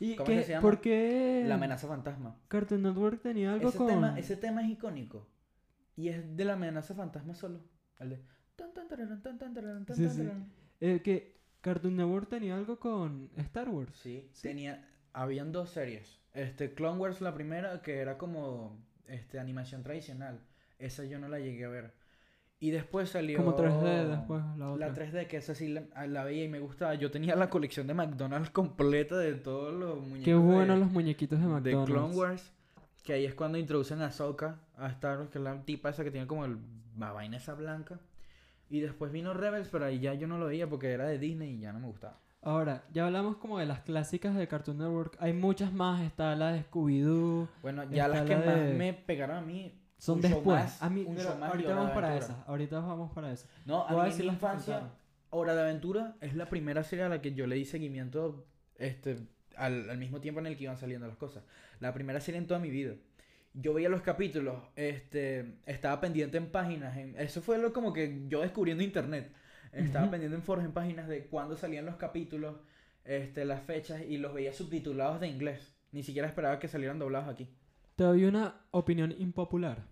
Speaker 2: ¿Y
Speaker 1: ¿Cómo es
Speaker 2: qué-
Speaker 1: que se llama?
Speaker 2: ¿Por qué
Speaker 1: La amenaza fantasma.
Speaker 2: Cartoon Network tenía algo
Speaker 1: Ese,
Speaker 2: con...?
Speaker 1: tema, ese tema es icónico. Y es de la amenaza fantasma solo. El de. tan, tan, tararán, tan, tan, tararán, tan,
Speaker 2: Sí,
Speaker 1: tan,
Speaker 2: sí.
Speaker 1: tararán.
Speaker 2: eh, que Cartoon Network tenía algo con Star Wars.
Speaker 1: Sí,
Speaker 2: Sí.
Speaker 1: tenía. Habían dos series. Este, Clone Wars, la primera, que era como este, animación tradicional. Esa yo no la llegué a ver. Y después salió.
Speaker 2: Como 3D después, la otra.
Speaker 1: La 3D, que esa sí la, la veía y me gustaba. Yo tenía la colección de McDonald's completa de todos los muñecos.
Speaker 2: Qué bueno
Speaker 1: de-
Speaker 2: los muñequitos de
Speaker 1: de
Speaker 2: McDonald's.
Speaker 1: Clone Wars. Que ahí es cuando introducen a Ahsoka a Star Wars, que es la tipa esa que tiene como el- la vaina esa blanca. Y después vino Rebels, pero ahí ya yo no lo veía porque era de Disney y ya no me gustaba.
Speaker 2: Ahora, ya hablamos como de las clásicas de Cartoon Network. Hay muchas más. Está la de Scooby-Doo.
Speaker 1: Bueno, ya
Speaker 2: Está
Speaker 1: las que
Speaker 2: la de-
Speaker 1: más me pegaron a mí.
Speaker 2: Son
Speaker 1: Un show
Speaker 2: después.
Speaker 1: más,
Speaker 2: a mí,
Speaker 1: un
Speaker 2: pero
Speaker 1: show más y
Speaker 2: ahorita
Speaker 1: Hora de
Speaker 2: vamos para
Speaker 1: Aventura.
Speaker 2: esas. Ahorita vamos para esas.
Speaker 1: No,
Speaker 2: Voy a
Speaker 1: a mí en
Speaker 2: decir
Speaker 1: la
Speaker 2: las que
Speaker 1: infancia,
Speaker 2: faltaron.
Speaker 1: Hora de Aventura es la primera serie a la que yo le di seguimiento este, al, al mismo tiempo en el que iban saliendo las cosas. La primera serie en toda mi vida. yo veía los capítulos, este, estaba pendiente en páginas, en- eso fue lo como que yo descubriendo internet, estaba
Speaker 2: Ujú.
Speaker 1: pendiente en foros, en páginas de cuándo salían los capítulos, este, las fechas y los veía subtitulados de inglés. Ni siquiera esperaba que salieran doblados aquí.
Speaker 2: Te doy una opinión impopular.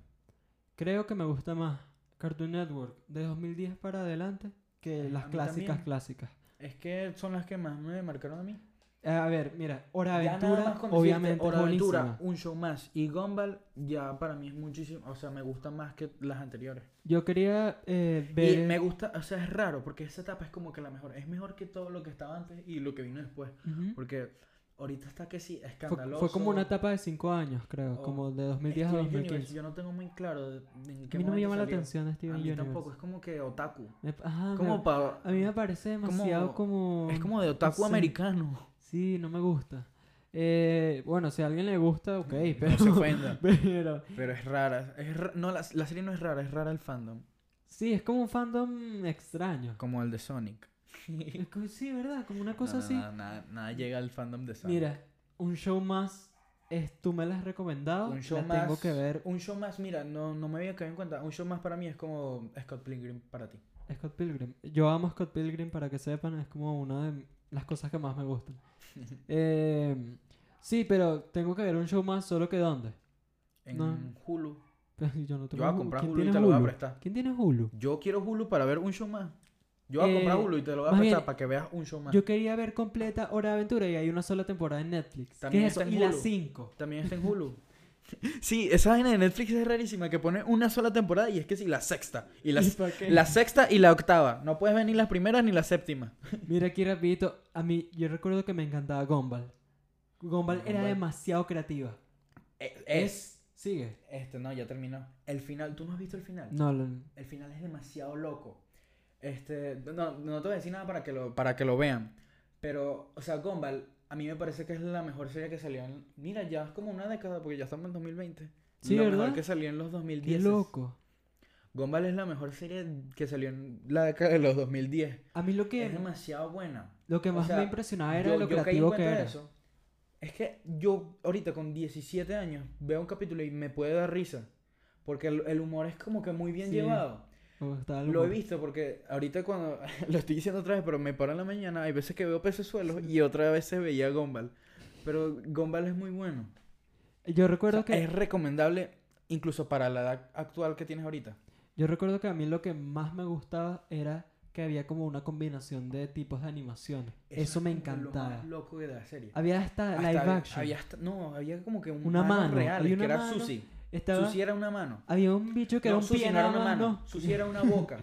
Speaker 2: Creo que me gusta más Cartoon Network de 2010 para adelante que
Speaker 1: Eh,
Speaker 2: las
Speaker 1: a mí
Speaker 2: clásicas
Speaker 1: también.
Speaker 2: clásicas.
Speaker 1: Es que son las que más me marcaron a mí.
Speaker 2: Eh, A ver, mira, Hora
Speaker 1: Ya nada más
Speaker 2: Aventura
Speaker 1: con decirte,
Speaker 2: obviamente es
Speaker 1: Hora Aventura,
Speaker 2: buenísima.
Speaker 1: un show más y Gumball ya para mí es muchísimo, o sea, me gusta más que las anteriores.
Speaker 2: Yo quería eh,
Speaker 1: Y
Speaker 2: ver
Speaker 1: me gusta, o sea, es raro porque esa etapa es como que la mejor, es mejor que todo lo que estaba antes y lo que vino después,
Speaker 2: Ujú.
Speaker 1: porque ahorita está que sí,
Speaker 2: Fue-
Speaker 1: escandaloso. Oh.
Speaker 2: Fue, como una etapa de 5 años, creo,
Speaker 1: o
Speaker 2: como de
Speaker 1: Steven
Speaker 2: 2010 a
Speaker 1: Universe,
Speaker 2: 2015.
Speaker 1: yo no tengo muy claro de- de en qué
Speaker 2: A mí no me
Speaker 1: momento
Speaker 2: llama la
Speaker 1: salió.
Speaker 2: atención
Speaker 1: A mí
Speaker 2: Steven Universe.
Speaker 1: tampoco, es como que otaku.
Speaker 2: Me- ajá, me-
Speaker 1: Como pa-
Speaker 2: a mí me parece demasiado como...
Speaker 1: es como de otaku
Speaker 2: sé.
Speaker 1: americano.
Speaker 2: Sí, no me gusta. Eh, bueno, si a alguien le gusta, ok, pero...
Speaker 1: No se ofenda.
Speaker 2: pero
Speaker 1: Pero es rara, es ra- no la, la serie no es rara, es rara el fandom,
Speaker 2: sí, es como un fandom extraño.
Speaker 1: como el de Sonic.
Speaker 2: Es que sí, ¿verdad? Como una cosa
Speaker 1: No, no,
Speaker 2: así.
Speaker 1: Nada, nada, nada llega al fandom de Sonic.
Speaker 2: Mira, un show más es tú me la has recomendado.
Speaker 1: un show
Speaker 2: la
Speaker 1: más.
Speaker 2: tengo que ver.
Speaker 1: Un show más, mira, no, no me había caído en cuenta. Un show más para mí es como Scott Pilgrim para ti.
Speaker 2: Scott Pilgrim. Yo amo a Scott Pilgrim, para que sepan, es como una de las cosas que más me gustan. Eh, sí, pero tengo que ver un show más, solo que ¿dónde?
Speaker 1: En
Speaker 2: No.
Speaker 1: Hulu.
Speaker 2: Pero yo no
Speaker 1: Yo
Speaker 2: tengo
Speaker 1: voy a
Speaker 2: Hulu.
Speaker 1: comprar
Speaker 2: ¿Quién
Speaker 1: Hulu y
Speaker 2: tiene
Speaker 1: te lo voy a
Speaker 2: Hulu?
Speaker 1: prestar.
Speaker 2: ¿Quién tiene Hulu?
Speaker 1: Yo quiero Hulu para ver un show más. Yo voy a
Speaker 2: Eh,
Speaker 1: comprar Hulu y te lo voy a
Speaker 2: más bien,
Speaker 1: prestar para que veas un show más.
Speaker 2: Yo quería ver completa Hora de Aventura y hay una sola temporada en Netflix.
Speaker 1: También
Speaker 2: ¿Qué es
Speaker 1: está
Speaker 2: eso?
Speaker 1: en
Speaker 2: Y las
Speaker 1: Hulu.
Speaker 2: 5.
Speaker 1: También está en Hulu. sí, esa vaina de Netflix es rarísima que pone una sola temporada y es que sí, la sexta. Y la, la sexta y la octava. No puedes ver ni las primeras ni la séptima.
Speaker 2: Mira aquí rapidito, a mí yo recuerdo que me encantaba Gumball. Gumball era
Speaker 1: Gumball.
Speaker 2: demasiado creativa.
Speaker 1: Es,
Speaker 2: Sigue.
Speaker 1: Este, no, ya terminó. El final, ¿tú no has visto el final?
Speaker 2: No, lo-
Speaker 1: El final es demasiado loco. Este, no, no te voy a decir nada para que lo, para que lo vean. Pero, o sea, Gumball, a mí me parece que es la mejor serie que salió en... Mira, ya es como una década, porque ya estamos en 2020.
Speaker 2: Sí,
Speaker 1: lo
Speaker 2: ¿verdad?
Speaker 1: mejor que salió en los 2010.
Speaker 2: qué loco.
Speaker 1: Gumball es la mejor serie que salió en la década de los 2010.
Speaker 2: A mí lo
Speaker 1: Es
Speaker 2: que
Speaker 1: demasiado buena.
Speaker 2: lo que
Speaker 1: o
Speaker 2: más
Speaker 1: sea,
Speaker 2: me impresionaba Ah, era
Speaker 1: Yo- yo
Speaker 2: lo
Speaker 1: caí en
Speaker 2: creativo que
Speaker 1: cuenta de
Speaker 2: era.
Speaker 1: eso. Es que yo ahorita con 17 años veo un capítulo y me puede dar risa. Porque el, el humor es como que muy bien
Speaker 2: Sí.
Speaker 1: llevado.
Speaker 2: Me gustaba el
Speaker 1: Lo he
Speaker 2: humor.
Speaker 1: visto porque ahorita cuando lo estoy diciendo otra vez, pero me paro en la mañana, hay veces que veo pecesuelos y otras veces veía Gumball. Pero Gumball es muy bueno.
Speaker 2: Yo
Speaker 1: O sea,
Speaker 2: recuerdo que
Speaker 1: Es recomendable incluso para la edad actual que tienes ahorita.
Speaker 2: yo recuerdo que a mí lo que más me gustaba era que había como una combinación de tipos de animaciones. Eso, me
Speaker 1: es como Lo
Speaker 2: encantaba.
Speaker 1: más loco de la serie.
Speaker 2: Había hasta,
Speaker 1: Hasta
Speaker 2: live
Speaker 1: había-
Speaker 2: action.
Speaker 1: había hasta- no, había como que un
Speaker 2: Una
Speaker 1: manos
Speaker 2: mano,
Speaker 1: reales,
Speaker 2: había
Speaker 1: que
Speaker 2: una
Speaker 1: era
Speaker 2: mano,
Speaker 1: Susi.
Speaker 2: Estaba-
Speaker 1: Susi era una mano.
Speaker 2: había un bicho que
Speaker 1: no,
Speaker 2: era un
Speaker 1: Susi
Speaker 2: pie
Speaker 1: no era
Speaker 2: nada
Speaker 1: una
Speaker 2: más,
Speaker 1: mano.
Speaker 2: ¿no?
Speaker 1: Susi era una boca.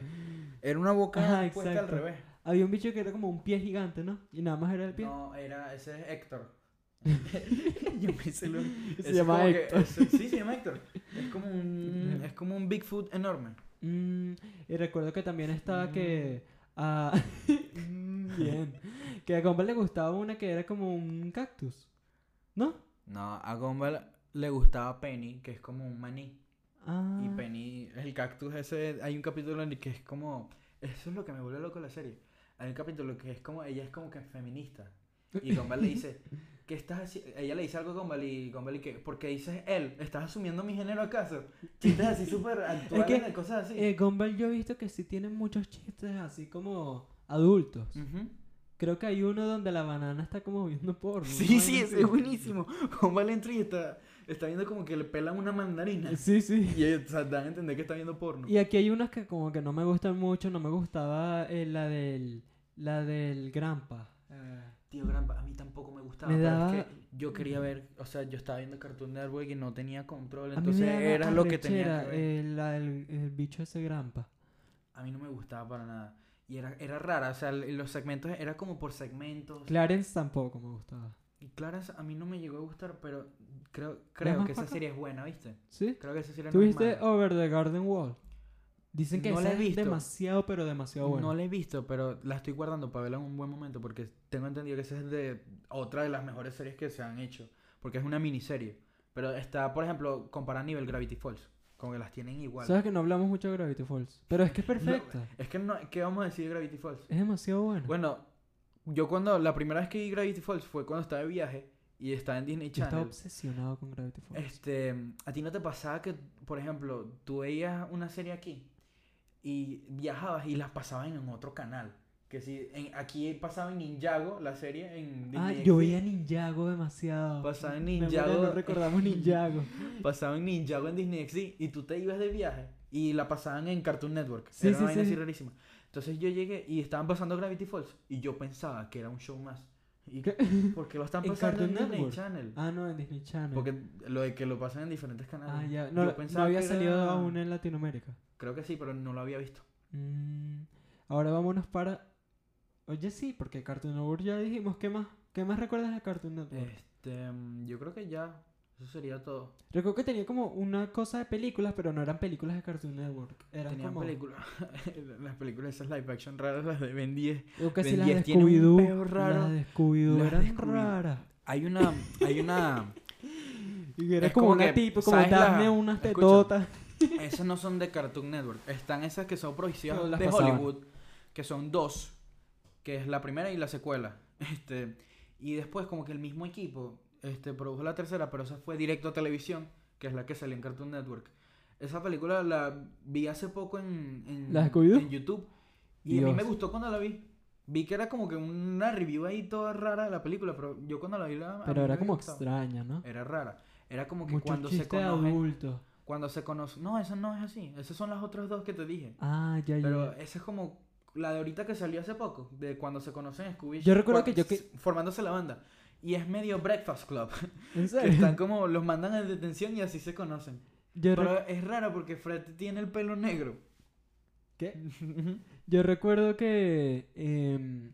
Speaker 1: Era una boca
Speaker 2: Ajá,
Speaker 1: puesta
Speaker 2: exacto.
Speaker 1: al revés.
Speaker 2: Había un bicho que era como un pie gigante, ¿no? Y nada más era el pie.
Speaker 1: No, era, ese es Héctor. Yo me hice lo-
Speaker 2: Se
Speaker 1: ese es
Speaker 2: llama
Speaker 1: como que-
Speaker 2: Héctor.
Speaker 1: ese- sí, se llama Héctor. Es como un, es como un Bigfoot enorme.
Speaker 2: Mm, y recuerdo que también estaba
Speaker 1: Mm.
Speaker 2: que. ah, bien. Que a Gumball le gustaba una que era como un cactus. ¿No?
Speaker 1: No, a Gumball le gustaba Penny, que es como un maní.
Speaker 2: Ah.
Speaker 1: Y Penny, el cactus ese, hay un capítulo en el que es como... Eso es lo que me vuelve loco de la serie. Hay un capítulo que es como, ella es como que feminista. Y Gumball le dice, ¿qué estás haciendo? Ella le dice algo a Gumball y Gumball y que, porque dices él, ¿estás asumiendo mi género acaso? Chistes así súper actuales,
Speaker 2: que,
Speaker 1: de cosas así.
Speaker 2: Eh, Gumball yo he visto que sí tiene muchos chistes así como adultos.
Speaker 1: Ujú.
Speaker 2: Creo que hay uno donde la banana está como viendo porno.
Speaker 1: Sí,
Speaker 2: ¿no?
Speaker 1: sí,
Speaker 2: Algo
Speaker 1: ese
Speaker 2: así.
Speaker 1: es buenísimo. Gumball entra y está, está viendo como que le pelan una mandarina.
Speaker 2: Sí, sí.
Speaker 1: Y ellos, o sea, dan a entender que está viendo porno.
Speaker 2: Y aquí hay unas que como que no me gustan mucho. No me gustaba eh, la del. La del Grampa. Eh,
Speaker 1: Tío Grampa, a mí tampoco me gustaba.
Speaker 2: Me
Speaker 1: pero
Speaker 2: daba-
Speaker 1: es que yo quería ver, o sea, yo estaba viendo Cartoon Network y no tenía control.
Speaker 2: a mí me
Speaker 1: Entonces
Speaker 2: daba
Speaker 1: era lo que tenía
Speaker 2: arrechera,
Speaker 1: que ver.
Speaker 2: eh, la- el, el bicho ese Grampa.
Speaker 1: A mí no me gustaba para nada. Y era, era rara, o sea, el- los segmentos, era como por segmentos.
Speaker 2: Clarence tampoco me gustaba.
Speaker 1: Y Claras a mí no me llegó a gustar, pero creo,
Speaker 2: ¿Ves
Speaker 1: creo
Speaker 2: más
Speaker 1: que esa
Speaker 2: para acá?
Speaker 1: serie es buena, ¿viste?
Speaker 2: ¿Sí?
Speaker 1: Creo que esa serie no es
Speaker 2: ¿Tuviste
Speaker 1: mala.
Speaker 2: Over the Garden Wall? Dicen que
Speaker 1: No la
Speaker 2: esa
Speaker 1: he visto.
Speaker 2: es demasiado, pero demasiado buena.
Speaker 1: No la he visto, pero la estoy guardando para verla en un buen momento porque tengo entendido que esa es de otra de las mejores series que se han hecho, porque es una miniserie. Pero está, por ejemplo, comparada a nivel Gravity Falls, como que las tienen igual.
Speaker 2: Sabes que no hablamos mucho de Gravity Falls, pero es que es perfecta.
Speaker 1: Es que no, ¿qué vamos a decir de Gravity Falls?
Speaker 2: Es demasiado buena.
Speaker 1: Bueno, yo cuando la primera vez que vi Gravity Falls fue cuando estaba de viaje y está en Disney
Speaker 2: Yo estaba
Speaker 1: Channel.
Speaker 2: obsesionado con Gravity Falls.
Speaker 1: Este, ¿a ti no te pasaba que, por ejemplo, tú veías una serie aquí y viajabas y las pasaban en otro canal? Que si en, aquí pasaba en Ninjago la serie en
Speaker 2: ah,
Speaker 1: Disney
Speaker 2: yo
Speaker 1: XD.
Speaker 2: veía Ninjago demasiado.
Speaker 1: Pasaba en
Speaker 2: Me muero,
Speaker 1: Ninjago.
Speaker 2: No recordamos Ninjago.
Speaker 1: Pasaba en Ninjago en Disney XD y tú te ibas de viaje y la pasaban en Cartoon Network.
Speaker 2: Sí,
Speaker 1: Era
Speaker 2: sí,
Speaker 1: una vaina
Speaker 2: sí.
Speaker 1: así rarísima. Entonces yo llegué y estaban pasando Gravity Falls y yo pensaba que era un show más. Y
Speaker 2: ¿Qué?
Speaker 1: porque lo están
Speaker 2: ¿En
Speaker 1: pasando en,
Speaker 2: Cartoon
Speaker 1: Disney
Speaker 2: Network?
Speaker 1: Channel.
Speaker 2: Ah, no, en Disney Channel.
Speaker 1: Porque lo de que lo pasan en diferentes canales.
Speaker 2: ah, ya. No,
Speaker 1: Yo
Speaker 2: no
Speaker 1: pensaba
Speaker 2: había
Speaker 1: que era-
Speaker 2: salido aún en Latinoamérica.
Speaker 1: Creo que sí, pero no lo había visto.
Speaker 2: Mm, ahora vámonos para. Oye, sí, porque Cartoon Network ya dijimos. ¿Qué más? ¿Qué más recuerdas de Cartoon Network?
Speaker 1: Este, mm, yo creo que ya. Eso sería todo.
Speaker 2: Recuerdo que tenía como una cosa de películas, pero no eran películas de Cartoon Network. Eran
Speaker 1: Tenían
Speaker 2: como.
Speaker 1: películas. las películas esas live action raras, las de Ben 10.
Speaker 2: Yo que sí,
Speaker 1: Ben
Speaker 2: las de
Speaker 1: 10 tiene un peo
Speaker 2: Scooby-Doo.
Speaker 1: raro.
Speaker 2: Las de Scooby-Doo
Speaker 1: Las de
Speaker 2: eran
Speaker 1: Scooby-Doo.
Speaker 2: raras.
Speaker 1: Hay una. Hay una.
Speaker 2: Y era
Speaker 1: Es
Speaker 2: como,
Speaker 1: como
Speaker 2: una
Speaker 1: que,
Speaker 2: tipo, como
Speaker 1: ¿sabes la-
Speaker 2: darme unas
Speaker 1: escucha?
Speaker 2: tetotas.
Speaker 1: esas no son de Cartoon Network. Están esas que son
Speaker 2: No,
Speaker 1: producidas
Speaker 2: las
Speaker 1: de
Speaker 2: pasaban.
Speaker 1: Hollywood. Que son dos. Que es la primera y la secuela. Este. Y después, como que el mismo equipo este, produjo la tercera, pero esa fue directo a televisión, que es la que salió en Cartoon Network. Esa película la vi hace poco en, en,
Speaker 2: ¿La de Scooby-Doo?
Speaker 1: en YouTube. Y a mí
Speaker 2: Dios.
Speaker 1: me gustó cuando la vi. Vi que era como que una review ahí toda rara de la película, pero yo cuando la vi la. a
Speaker 2: Pero
Speaker 1: mí
Speaker 2: era
Speaker 1: me
Speaker 2: como
Speaker 1: gustaba.
Speaker 2: extraña, ¿no?
Speaker 1: Era rara. Era como que
Speaker 2: Mucho
Speaker 1: cuando se
Speaker 2: chiste de
Speaker 1: conocen.
Speaker 2: adulto.
Speaker 1: Cuando se conoce. No, esa no es así. Esas son las otras dos que te dije.
Speaker 2: Ah, ya, ya.
Speaker 1: Pero
Speaker 2: ya.
Speaker 1: esa es como la de ahorita que salió hace poco. De cuando se conocen Scooby.
Speaker 2: Yo recuerdo
Speaker 1: cuando-
Speaker 2: que yo que-
Speaker 1: Formándose la banda. Y es medio Breakfast Club.
Speaker 2: ¿En
Speaker 1: Que
Speaker 2: serio?
Speaker 1: están como. Los mandan a detención y así se conocen.
Speaker 2: Yo, re-
Speaker 1: Pero es raro porque Fred tiene el pelo negro.
Speaker 2: ¿Qué? yo recuerdo que em,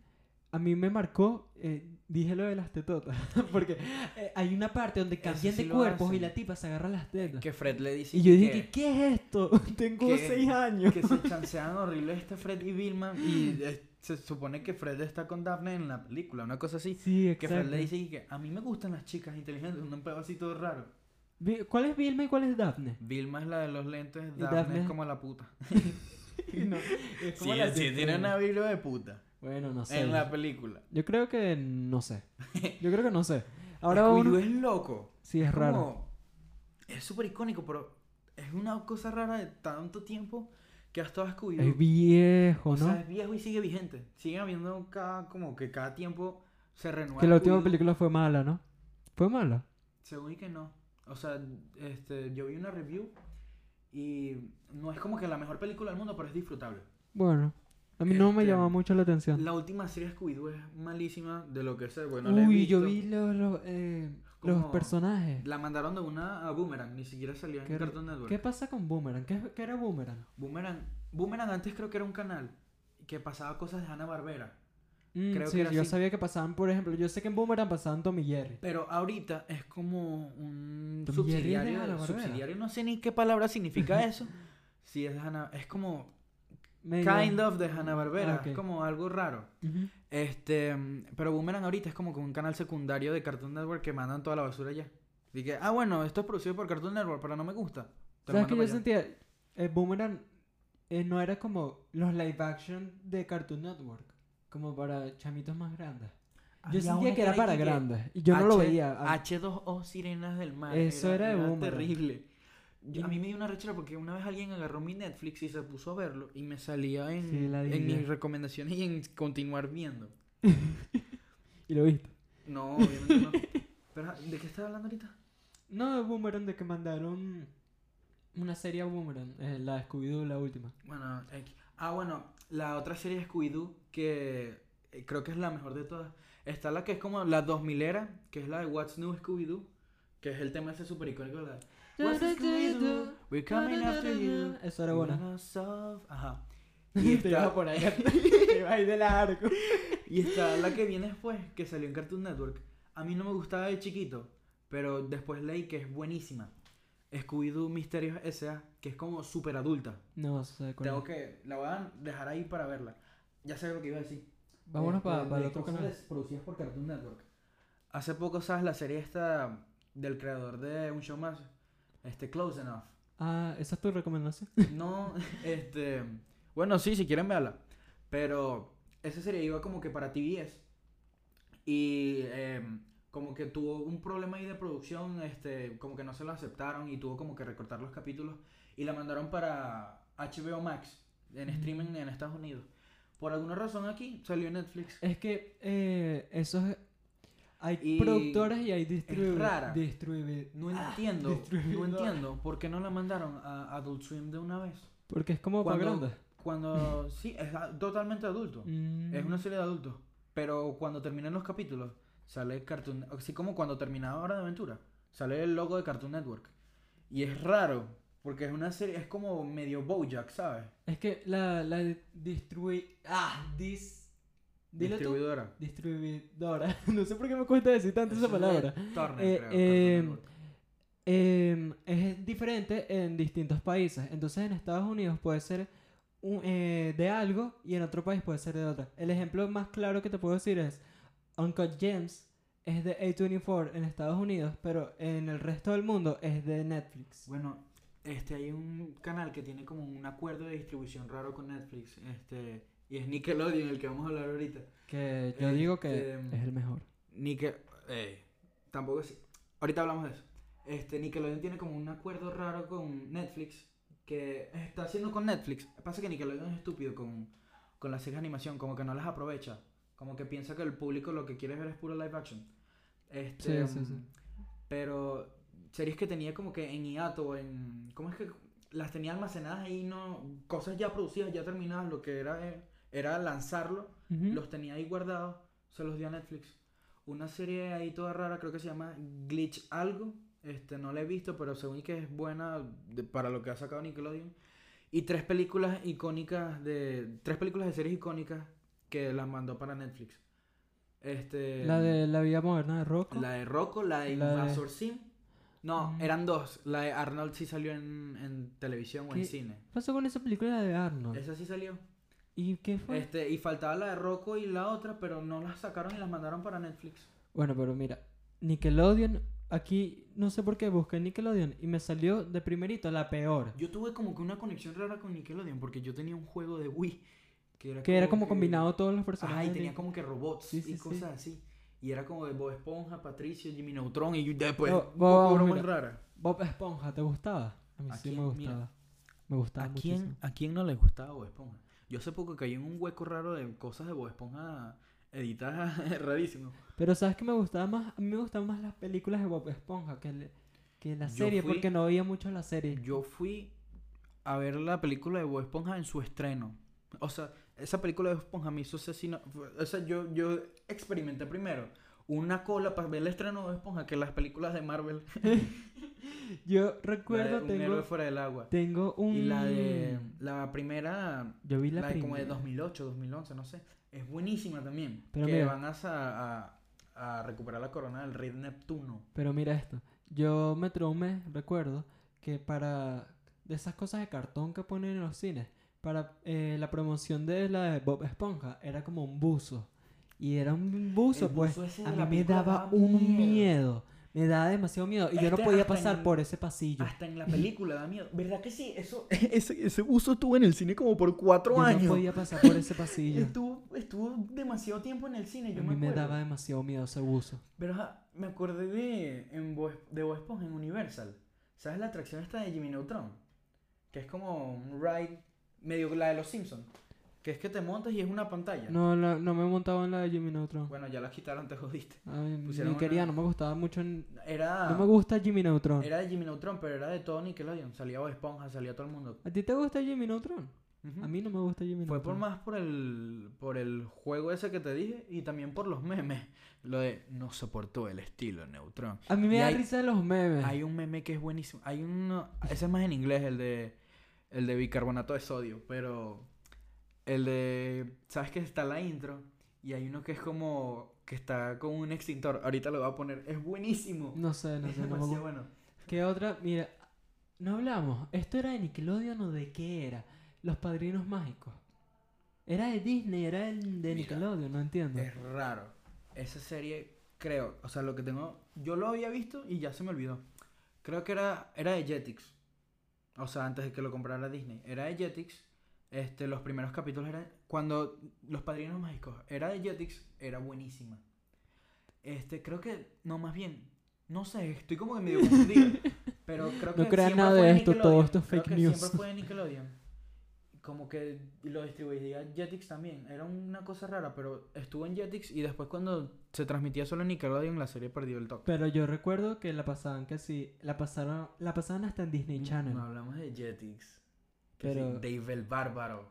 Speaker 2: a mí me marcó, eh, dije lo de las tetotas, porque eh, hay una parte donde cambian
Speaker 1: sí
Speaker 2: de
Speaker 1: lo
Speaker 2: cuerpos y
Speaker 1: hacen.
Speaker 2: la tipa se agarra las tetas.
Speaker 1: que Fred le dice.
Speaker 2: Y yo dije,
Speaker 1: que-
Speaker 2: ¿qué, ¿qué es esto? Tengo
Speaker 1: que-
Speaker 2: seis años.
Speaker 1: que se chancean horrible este Fred y Vilma. Y eh, se supone que Fred está con Daphne en la película, una cosa así.
Speaker 2: Sí,
Speaker 1: Que Fred
Speaker 2: exacto.
Speaker 1: le dice y que a mí me gustan las chicas inteligentes, un pedo así todo raro.
Speaker 2: Vi- ¿Cuál es Vilma y cuál es Daphne?
Speaker 1: Vilma es la de los lentes,
Speaker 2: Y
Speaker 1: Daphne,
Speaker 2: Daphne-
Speaker 1: es como la puta.
Speaker 2: No, es como la que-
Speaker 1: vibra de puta
Speaker 2: Bueno, no sé.
Speaker 1: en la película.
Speaker 2: Yo creo que no sé. Yo creo que no sé. Ahora
Speaker 1: Ahora
Speaker 2: vamos.
Speaker 1: es loco.
Speaker 2: Sí, es raro.
Speaker 1: Como- es súper icónico, pero es una cosa rara de tanto tiempo que hasta scooby
Speaker 2: Es viejo,
Speaker 1: O
Speaker 2: ¿no?
Speaker 1: sea, es viejo y sigue vigente. Sigue habiendo cada, como que cada tiempo se renueva.
Speaker 2: que la última
Speaker 1: Scooby-Doo.
Speaker 2: película fue mala, ¿no? Fue mala.
Speaker 1: Según y que no. O sea, este, yo vi una review y no es como que la mejor película del mundo, pero es disfrutable.
Speaker 2: Bueno, a mí no me
Speaker 1: Este,
Speaker 2: llamaba mucho la atención.
Speaker 1: La última serie de Scooby-Doo es malísima de lo que sé. Bueno, la he
Speaker 2: Uy, yo
Speaker 1: visto.
Speaker 2: vi los, los, eh, los
Speaker 1: Como-
Speaker 2: personajes.
Speaker 1: La mandaron de una a Boomerang, ni siquiera salió
Speaker 2: ¿Qué-
Speaker 1: en Cartoon Network.
Speaker 2: ¿Qué pasa con Boomerang? ¿Qué, qué era Boomerang?
Speaker 1: Boomerang, Boomerang antes creo que era un canal que pasaba cosas de Hanna-Barbera.
Speaker 2: Mm,
Speaker 1: Creo
Speaker 2: sí,
Speaker 1: que era
Speaker 2: yo
Speaker 1: así.
Speaker 2: sabía que pasaban, por ejemplo, yo sé que en Boomerang pasaban Tommy Jerry.
Speaker 1: Pero ahorita es como un
Speaker 2: Tom y Jerry es de
Speaker 1: subsidiario. de-
Speaker 2: Hanna-Barbera.
Speaker 1: subsidiario, no sé ni qué palabra significa eso. Sí, es de Hanna- es como
Speaker 2: Medio-
Speaker 1: kind of de Hanna-Barbera,
Speaker 2: Eh, Ah, ok.
Speaker 1: es como algo raro.
Speaker 2: Ujú.
Speaker 1: Este, mm, pero Boomerang ahorita es como que un canal secundario de Cartoon Network que mandan toda la basura ya. Así que, ah, bueno, esto es producido por Cartoon Network, pero no me gusta. Te lo
Speaker 2: ¿Sabes
Speaker 1: mando
Speaker 2: que
Speaker 1: para
Speaker 2: yo
Speaker 1: allá.
Speaker 2: sentía? eh, Boomerang eh, no era como los live action de Cartoon Network, como para chamitos más grandes. Yo
Speaker 1: Había
Speaker 2: sentía
Speaker 1: una
Speaker 2: que era para
Speaker 1: ahí que-
Speaker 2: grandes y yo no lo
Speaker 1: H-
Speaker 2: veía. ah, A-
Speaker 1: H2O Sirenas del Mar.
Speaker 2: Eso era de Boomerang.
Speaker 1: terrible. Yo-
Speaker 2: Y-
Speaker 1: a mí me dio una rechera porque una vez alguien agarró mi Netflix y se puso a verlo y me salía en,
Speaker 2: Sí, la
Speaker 1: en
Speaker 2: dilla.
Speaker 1: mis recomendaciones y en continuar viendo.
Speaker 2: Y lo viste.
Speaker 1: No, obviamente no. Pero, ¿de qué estás hablando ahorita?
Speaker 2: No, de Boomerang de que mandaron una serie a Boomerang, eh, la de Scooby-Doo, la última.
Speaker 1: Bueno, X. ah, bueno, la otra serie de Scooby-Doo que eh, creo que es la mejor de todas. Está la que es como la 2000 era, que es la de What's New Scooby-Doo, que es el tema ese súper icónico. La de, What's Scooby-Doo? We're coming after you.
Speaker 2: Eso era bueno.
Speaker 1: Wanna solve- Ajá.
Speaker 2: Y
Speaker 1: Y
Speaker 2: te iba
Speaker 1: está,
Speaker 2: por allá. Te iba a ir de largo.
Speaker 1: y está la que viene después, que salió en Cartoon Network. A mí no me gustaba de chiquito, pero después leí que es buenísima. Scooby-Doo Misterios S.A., que es como súper adulta.
Speaker 2: No, eso se
Speaker 1: Tengo que... La voy a dejar ahí para verla. Ya sé lo que iba a decir.
Speaker 2: Vámonos
Speaker 1: Este,
Speaker 2: para
Speaker 1: de
Speaker 2: el otro
Speaker 1: cosas
Speaker 2: canal.
Speaker 1: des- Producidas por Cartoon Network. Hace poco, ¿sabes? La serie esta del creador de Un Show Más, este, Close Enough.
Speaker 2: Ah, esa es tu recomendación.
Speaker 1: No, este. Bueno, sí, si quieren, véala. Pero esa serie iba como que para TVS. Y eh, como que tuvo un problema ahí de producción, este, como que no se lo aceptaron y tuvo como que recortar los capítulos y la mandaron para HBO Max en
Speaker 2: Ujú.
Speaker 1: streaming en Estados Unidos. Por alguna razón aquí salió en Netflix.
Speaker 2: Es que eh, esos. Hay
Speaker 1: Y
Speaker 2: productoras y hay
Speaker 1: rara. Ah,
Speaker 2: distribuidores. Distribuidores.
Speaker 1: No entiendo, no
Speaker 2: distribuidor.
Speaker 1: entiendo por qué no la mandaron a Adult Swim de una vez.
Speaker 2: Porque es como para
Speaker 1: Cuando-
Speaker 2: grandes.
Speaker 1: Cuando sí, es a- totalmente adulto.
Speaker 2: Mm.
Speaker 1: Es una serie de adultos. Pero cuando terminan los capítulos, sale Cartoon. Así como cuando terminaba Hora de Aventura, sale el logo de Cartoon Network. Y es raro, porque es una serie, es como medio Bojack, ¿sabes?
Speaker 2: Es que la, la distribui... Ah, dis... Dile tú.
Speaker 1: Distribuidora.
Speaker 2: Distribuidora. No sé por qué me cuesta decir tanto esa
Speaker 1: Eso es de
Speaker 2: palabra.
Speaker 1: Turner,
Speaker 2: Eh,
Speaker 1: creo, Cartoon
Speaker 2: eh,
Speaker 1: Network.
Speaker 2: Em, es diferente en distintos países. Entonces en Estados Unidos puede ser un- eh, de algo y en otro país puede ser de otra. El ejemplo más claro que te puedo decir es Uncut Gems es de A24 en Estados Unidos, pero en el resto del mundo es de Netflix.
Speaker 1: Bueno, este hay un canal que tiene como un acuerdo de distribución raro con Netflix. Este, y es Nickelodeon, el que vamos a hablar ahorita.
Speaker 2: Que yo digo que
Speaker 1: Este,
Speaker 2: es el mejor.
Speaker 1: Nickel... Eh, tampoco es... Ahorita hablamos de eso. Este, Nickelodeon tiene como un acuerdo raro con Netflix que está haciendo con Netflix. Pasa que Nickelodeon es estúpido con, con las series de animación, como que no las aprovecha. Como que piensa que el público lo que quiere ver es puro live action. Este,
Speaker 2: Sí, sí, sí.
Speaker 1: mm, Pero series que tenía como que en hiato o en... ¿Cómo es que las tenía almacenadas ahí? no Cosas ya producidas, ya terminadas, lo que era eh, era lanzarlo
Speaker 2: Ujú.
Speaker 1: los tenía ahí guardados, se los dio a Netflix. Una serie ahí toda rara, creo que se llama Glitch Algo. Este, no la he visto, pero según que es buena de- para lo que ha sacado Nickelodeon. Y tres películas icónicas de. Tres películas de series icónicas que las mandó para Netflix. Este.
Speaker 2: La de la vida moderna de Rocco.
Speaker 1: La de Rocco, la de
Speaker 2: La de-
Speaker 1: Invasor Sim. No,
Speaker 2: Mm.
Speaker 1: eran dos. La de Arnold sí salió en, en televisión o en
Speaker 2: ¿Qué?
Speaker 1: cine.
Speaker 2: ¿Qué pasó con esa película de Arnold?
Speaker 1: Esa sí salió.
Speaker 2: ¿Y qué fue?
Speaker 1: Este, y faltaba la de Rocco y la otra, pero no las sacaron y las mandaron para Netflix.
Speaker 2: Bueno, pero mira, Nickelodeon, aquí no sé por qué busqué Nickelodeon y me salió de primerito la peor.
Speaker 1: Yo tuve como que una conexión rara con Nickelodeon porque yo tenía un juego de Wii que era
Speaker 2: Que era como
Speaker 1: que-
Speaker 2: combinado todos los personajes.
Speaker 1: Ajá, y
Speaker 2: de
Speaker 1: tenía
Speaker 2: Nick-
Speaker 1: como que robots
Speaker 2: Sí, sí,
Speaker 1: y
Speaker 2: sí.
Speaker 1: cosas así. Y era como de Bob Esponja, Patricio, Jimmy Neutron y yo- después.
Speaker 2: No,
Speaker 1: un
Speaker 2: vamos,
Speaker 1: poco broma
Speaker 2: mira.
Speaker 1: rara.
Speaker 2: Bob Esponja, ¿te gustaba? A mí
Speaker 1: ¿A
Speaker 2: sí me
Speaker 1: quién?
Speaker 2: gustaba.
Speaker 1: Mira.
Speaker 2: Me gustaba
Speaker 1: ¿A quién,
Speaker 2: muchísimo.
Speaker 1: ¿A quién no le gustaba Bob Esponja? Yo hace poco caí en un hueco raro de cosas de Bob Esponja editadas rarísimo.
Speaker 2: Pero ¿sabes qué me gustaba más? A mí me gustaban más las películas de Bob Esponja que, le- que la
Speaker 1: Yo
Speaker 2: serie,
Speaker 1: fui-
Speaker 2: porque no veía mucho la serie.
Speaker 1: Yo fui a ver la película de Bob Esponja en su estreno. O sea, esa película de Bob Esponja me hizo asesino. O sea, yo, yo experimenté primero una cola para ver el estreno de Bob Esponja que las películas de Marvel.
Speaker 2: Yo
Speaker 1: La de
Speaker 2: recuerdo,
Speaker 1: un héroe
Speaker 2: tengo,
Speaker 1: fuera del agua.
Speaker 2: tengo un...
Speaker 1: Y la de. La primera.
Speaker 2: Yo vi
Speaker 1: La,
Speaker 2: la,
Speaker 1: de como de
Speaker 2: primera.
Speaker 1: 2008, 2011, no sé. Es buenísima también.
Speaker 2: Pero
Speaker 1: que
Speaker 2: mira.
Speaker 1: van a, sa- a, a recuperar la corona del rey Neptuno.
Speaker 2: Pero mira esto, yo me traumé, recuerdo, que para de esas cosas de cartón que ponen en los cines, para eh, la promoción de la de Bob Esponja, era como un buzo. Y era un buzo,
Speaker 1: El
Speaker 2: pues
Speaker 1: buzo ese de
Speaker 2: a
Speaker 1: la
Speaker 2: mí me
Speaker 1: película
Speaker 2: daba
Speaker 1: daba
Speaker 2: un
Speaker 1: miedo.
Speaker 2: miedo. Me daba demasiado miedo. Y yo no
Speaker 1: Este
Speaker 2: podía
Speaker 1: hasta
Speaker 2: pasar
Speaker 1: en-
Speaker 2: por ese pasillo.
Speaker 1: Hasta en la película da miedo. ¿Verdad que sí? Eso, ese, ese uso estuvo en el cine como por cuatro
Speaker 2: Yo
Speaker 1: años.
Speaker 2: no podía pasar por ese pasillo.
Speaker 1: Estuvo, estuvo demasiado tiempo en el cine,
Speaker 2: A
Speaker 1: yo
Speaker 2: mí
Speaker 1: me
Speaker 2: me
Speaker 1: acuerdo.
Speaker 2: daba demasiado miedo ese buzo.
Speaker 1: Pero ajá, me acordé de, en Bo- de Bob Esponja en Universal. ¿Sabes la atracción esta de Jimmy Neutron? Que es como un ride medio la de los Simpsons. Que es que te montas y es una pantalla.
Speaker 2: No, la- no me montaba en la de Jimmy Neutron.
Speaker 1: Bueno, ya la quitaron, te jodiste.
Speaker 2: Ay,
Speaker 1: pusieron
Speaker 2: ni quería,
Speaker 1: una-
Speaker 2: no me gustaba mucho. en-
Speaker 1: Era,
Speaker 2: No me gusta Jimmy Neutron.
Speaker 1: era de Jimmy Neutron, pero era de todo Nickelodeon. Salía Bob Esponja, salía todo el mundo.
Speaker 2: ¿A ti te gusta Jimmy Neutron?
Speaker 1: Ujú.
Speaker 2: A mí no me gusta Jimmy
Speaker 1: Fue por
Speaker 2: Neutron.
Speaker 1: más por el, por el juego ese que te dije y también por los memes. Lo de no soportó el estilo Neutron.
Speaker 2: A mí me
Speaker 1: Y
Speaker 2: da
Speaker 1: hay-
Speaker 2: risa los memes.
Speaker 1: Hay un meme que es buenísimo. Hay uno. Ese es más en inglés, el de. El de bicarbonato de sodio. Pero. El de. ¿Sabes que está la intro? Y hay uno que es como. Que está con un extintor. Ahorita lo voy a poner. Es buenísimo.
Speaker 2: No sé, no
Speaker 1: es
Speaker 2: sé. No me
Speaker 1: demasiado
Speaker 2: acuerdo.
Speaker 1: bueno.
Speaker 2: ¿Qué otra? Mira, no hablamos. ¿Esto era de Nickelodeon o de qué era? Los Padrinos Mágicos. Era de Disney, era el de
Speaker 1: Mira,
Speaker 2: Nickelodeon, no entiendo.
Speaker 1: Es raro. Esa serie, creo. O sea, lo que tengo. Yo lo había visto y ya se me olvidó. Creo que era, era de Jetix. O sea, antes de que lo comprara Disney. Era de Jetix. Este, los primeros capítulos eran. Cuando Los Padrinos Mágicos era de Jetix, era buenísima. Este, creo que, no, más bien, no sé, estoy como que medio confundido. pero creo que
Speaker 2: No crean
Speaker 1: siempre
Speaker 2: nada
Speaker 1: fue
Speaker 2: de esto,
Speaker 1: Nickelodeon,
Speaker 2: todo esto es
Speaker 1: creo
Speaker 2: fake
Speaker 1: que
Speaker 2: news.
Speaker 1: Siempre fue de Nickelodeon. Como que lo distribuía Jetix también. Era una cosa rara, pero estuvo en Jetix y después cuando se transmitía solo en Nickelodeon la serie perdió el toque.
Speaker 2: Pero yo recuerdo que la pasaban casi, la pasaron, la pasaban hasta en Disney Channel.
Speaker 1: Mm, No hablamos de Jetix. Que sí,
Speaker 2: pero
Speaker 1: Dave el Bárbaro.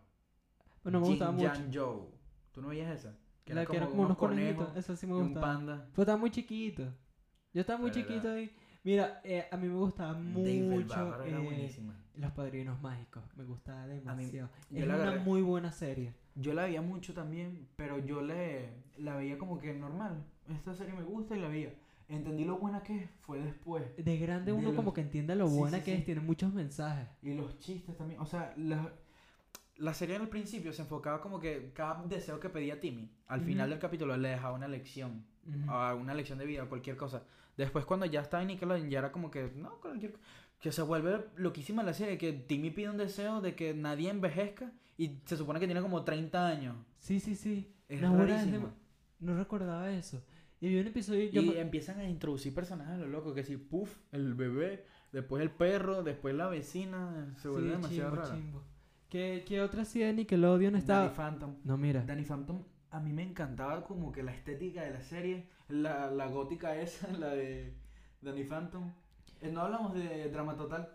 Speaker 2: bueno, Pues
Speaker 1: Jin
Speaker 2: me gustaba mucho.
Speaker 1: Jan Joe. ¿Tú no veías esa?
Speaker 2: la que era como unos conejitos, eso sí me
Speaker 1: y un
Speaker 2: gustaba.
Speaker 1: panda.
Speaker 2: Pues estaba muy chiquito. Yo estaba muy
Speaker 1: Pero era-
Speaker 2: chiquito ahí. Mira, eh, a mí me gustaba
Speaker 1: Dave el
Speaker 2: mucho
Speaker 1: Bárbaro era
Speaker 2: eh,
Speaker 1: buenísima.
Speaker 2: Los Padrinos Mágicos. Me gustaba demasiado.
Speaker 1: yo
Speaker 2: es
Speaker 1: la
Speaker 2: una
Speaker 1: agarré.
Speaker 2: muy buena serie.
Speaker 1: Yo la veía mucho también, pero yo le, la veía como que normal. Esta serie me gusta y la veía. Entendí lo buena que es, fue después.
Speaker 2: De
Speaker 1: De
Speaker 2: grande uno
Speaker 1: los-
Speaker 2: como que entiende lo
Speaker 1: Sí,
Speaker 2: buena
Speaker 1: sí,
Speaker 2: que
Speaker 1: sí.
Speaker 2: es, tiene muchos mensajes.
Speaker 1: Y los chistes también. O sea, la, la serie al principio se enfocaba como que cada deseo que pedía Timmy. Al final
Speaker 2: Ujú.
Speaker 1: del capítulo le dejaba una lección.
Speaker 2: Ujú.
Speaker 1: a una lección de vida o cualquier cosa. Después cuando ya estaba en Nickelodeon ya era como que, no, cualquier co- que se vuelve loquísima la serie, que Timmy pide un deseo de que nadie envejezca y se supone que tiene como 30 años.
Speaker 2: Sí, sí, sí.
Speaker 1: Es
Speaker 2: No, ahora es
Speaker 1: rarísimo.
Speaker 2: dem- No recordaba eso. Y había un episodio. Yo
Speaker 1: Y em,
Speaker 2: me-
Speaker 1: empiezan a introducir personajes a lo loco, que si puff, el bebé, después el perro, después la vecina, se vuelve
Speaker 2: sí,
Speaker 1: demasiado
Speaker 2: chimbo,
Speaker 1: raro.
Speaker 2: chimbo. ¿Qué, qué otra serie de Nickelodeon estaba?
Speaker 1: Danny Phantom.
Speaker 2: No, mira.
Speaker 1: Danny Phantom a mí me encantaba como que la estética de la serie, la, la gótica esa, la de Danny Phantom. Eh, No hablamos de drama total.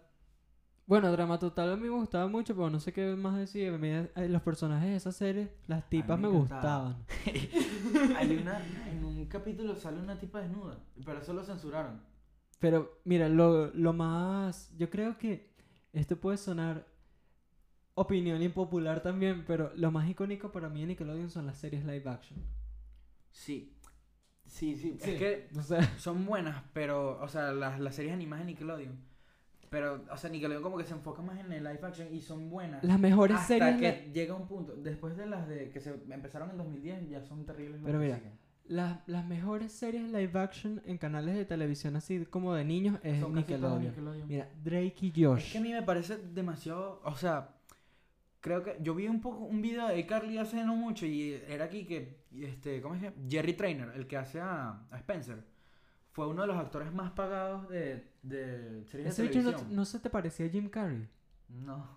Speaker 2: Bueno, Drama Total a mí me gustaba mucho, pero no sé qué más decir. A mí, eh, los personajes de esa serie, las tipas
Speaker 1: me
Speaker 2: me,
Speaker 1: encantaba.
Speaker 2: gustaban.
Speaker 1: Hay una, en un capítulo sale una tipa desnuda, pero eso lo censuraron.
Speaker 2: Pero mira, lo, lo más. Yo creo que esto puede sonar opinión impopular también, pero lo más icónico para mí de Nickelodeon son las series live action.
Speaker 1: Sí. Sí, sí.
Speaker 2: Sí,
Speaker 1: Es que
Speaker 2: O sea,
Speaker 1: son buenas, pero, o sea, las, las series animadas de Nickelodeon. Pero, o sea, Nickelodeon como que se enfoca más en el live action y son buenas.
Speaker 2: las mejores
Speaker 1: hasta
Speaker 2: series.
Speaker 1: que
Speaker 2: li-
Speaker 1: llega un punto. Después de las de que se empezaron en 2010, ya son terribles. las
Speaker 2: Pero
Speaker 1: que
Speaker 2: mira,
Speaker 1: siguen.
Speaker 2: las, las mejores series live action en canales de televisión así como de niños es
Speaker 1: son casi todas
Speaker 2: Nickelodeon.
Speaker 1: Nickelodeon.
Speaker 2: Mira, Drake y
Speaker 1: Es
Speaker 2: Josh.
Speaker 1: que a mí me parece demasiado, o sea, creo que yo vi un poco un video de Carly hace no mucho y era aquí que este, ¿cómo es que? Jerry Trainer, el que hace a, a Spencer, fue uno de los actores más pagados de, de series
Speaker 2: Ese
Speaker 1: de
Speaker 2: bicho no,
Speaker 1: televisión.
Speaker 2: no se te parecía a Jim Carrey.
Speaker 1: No,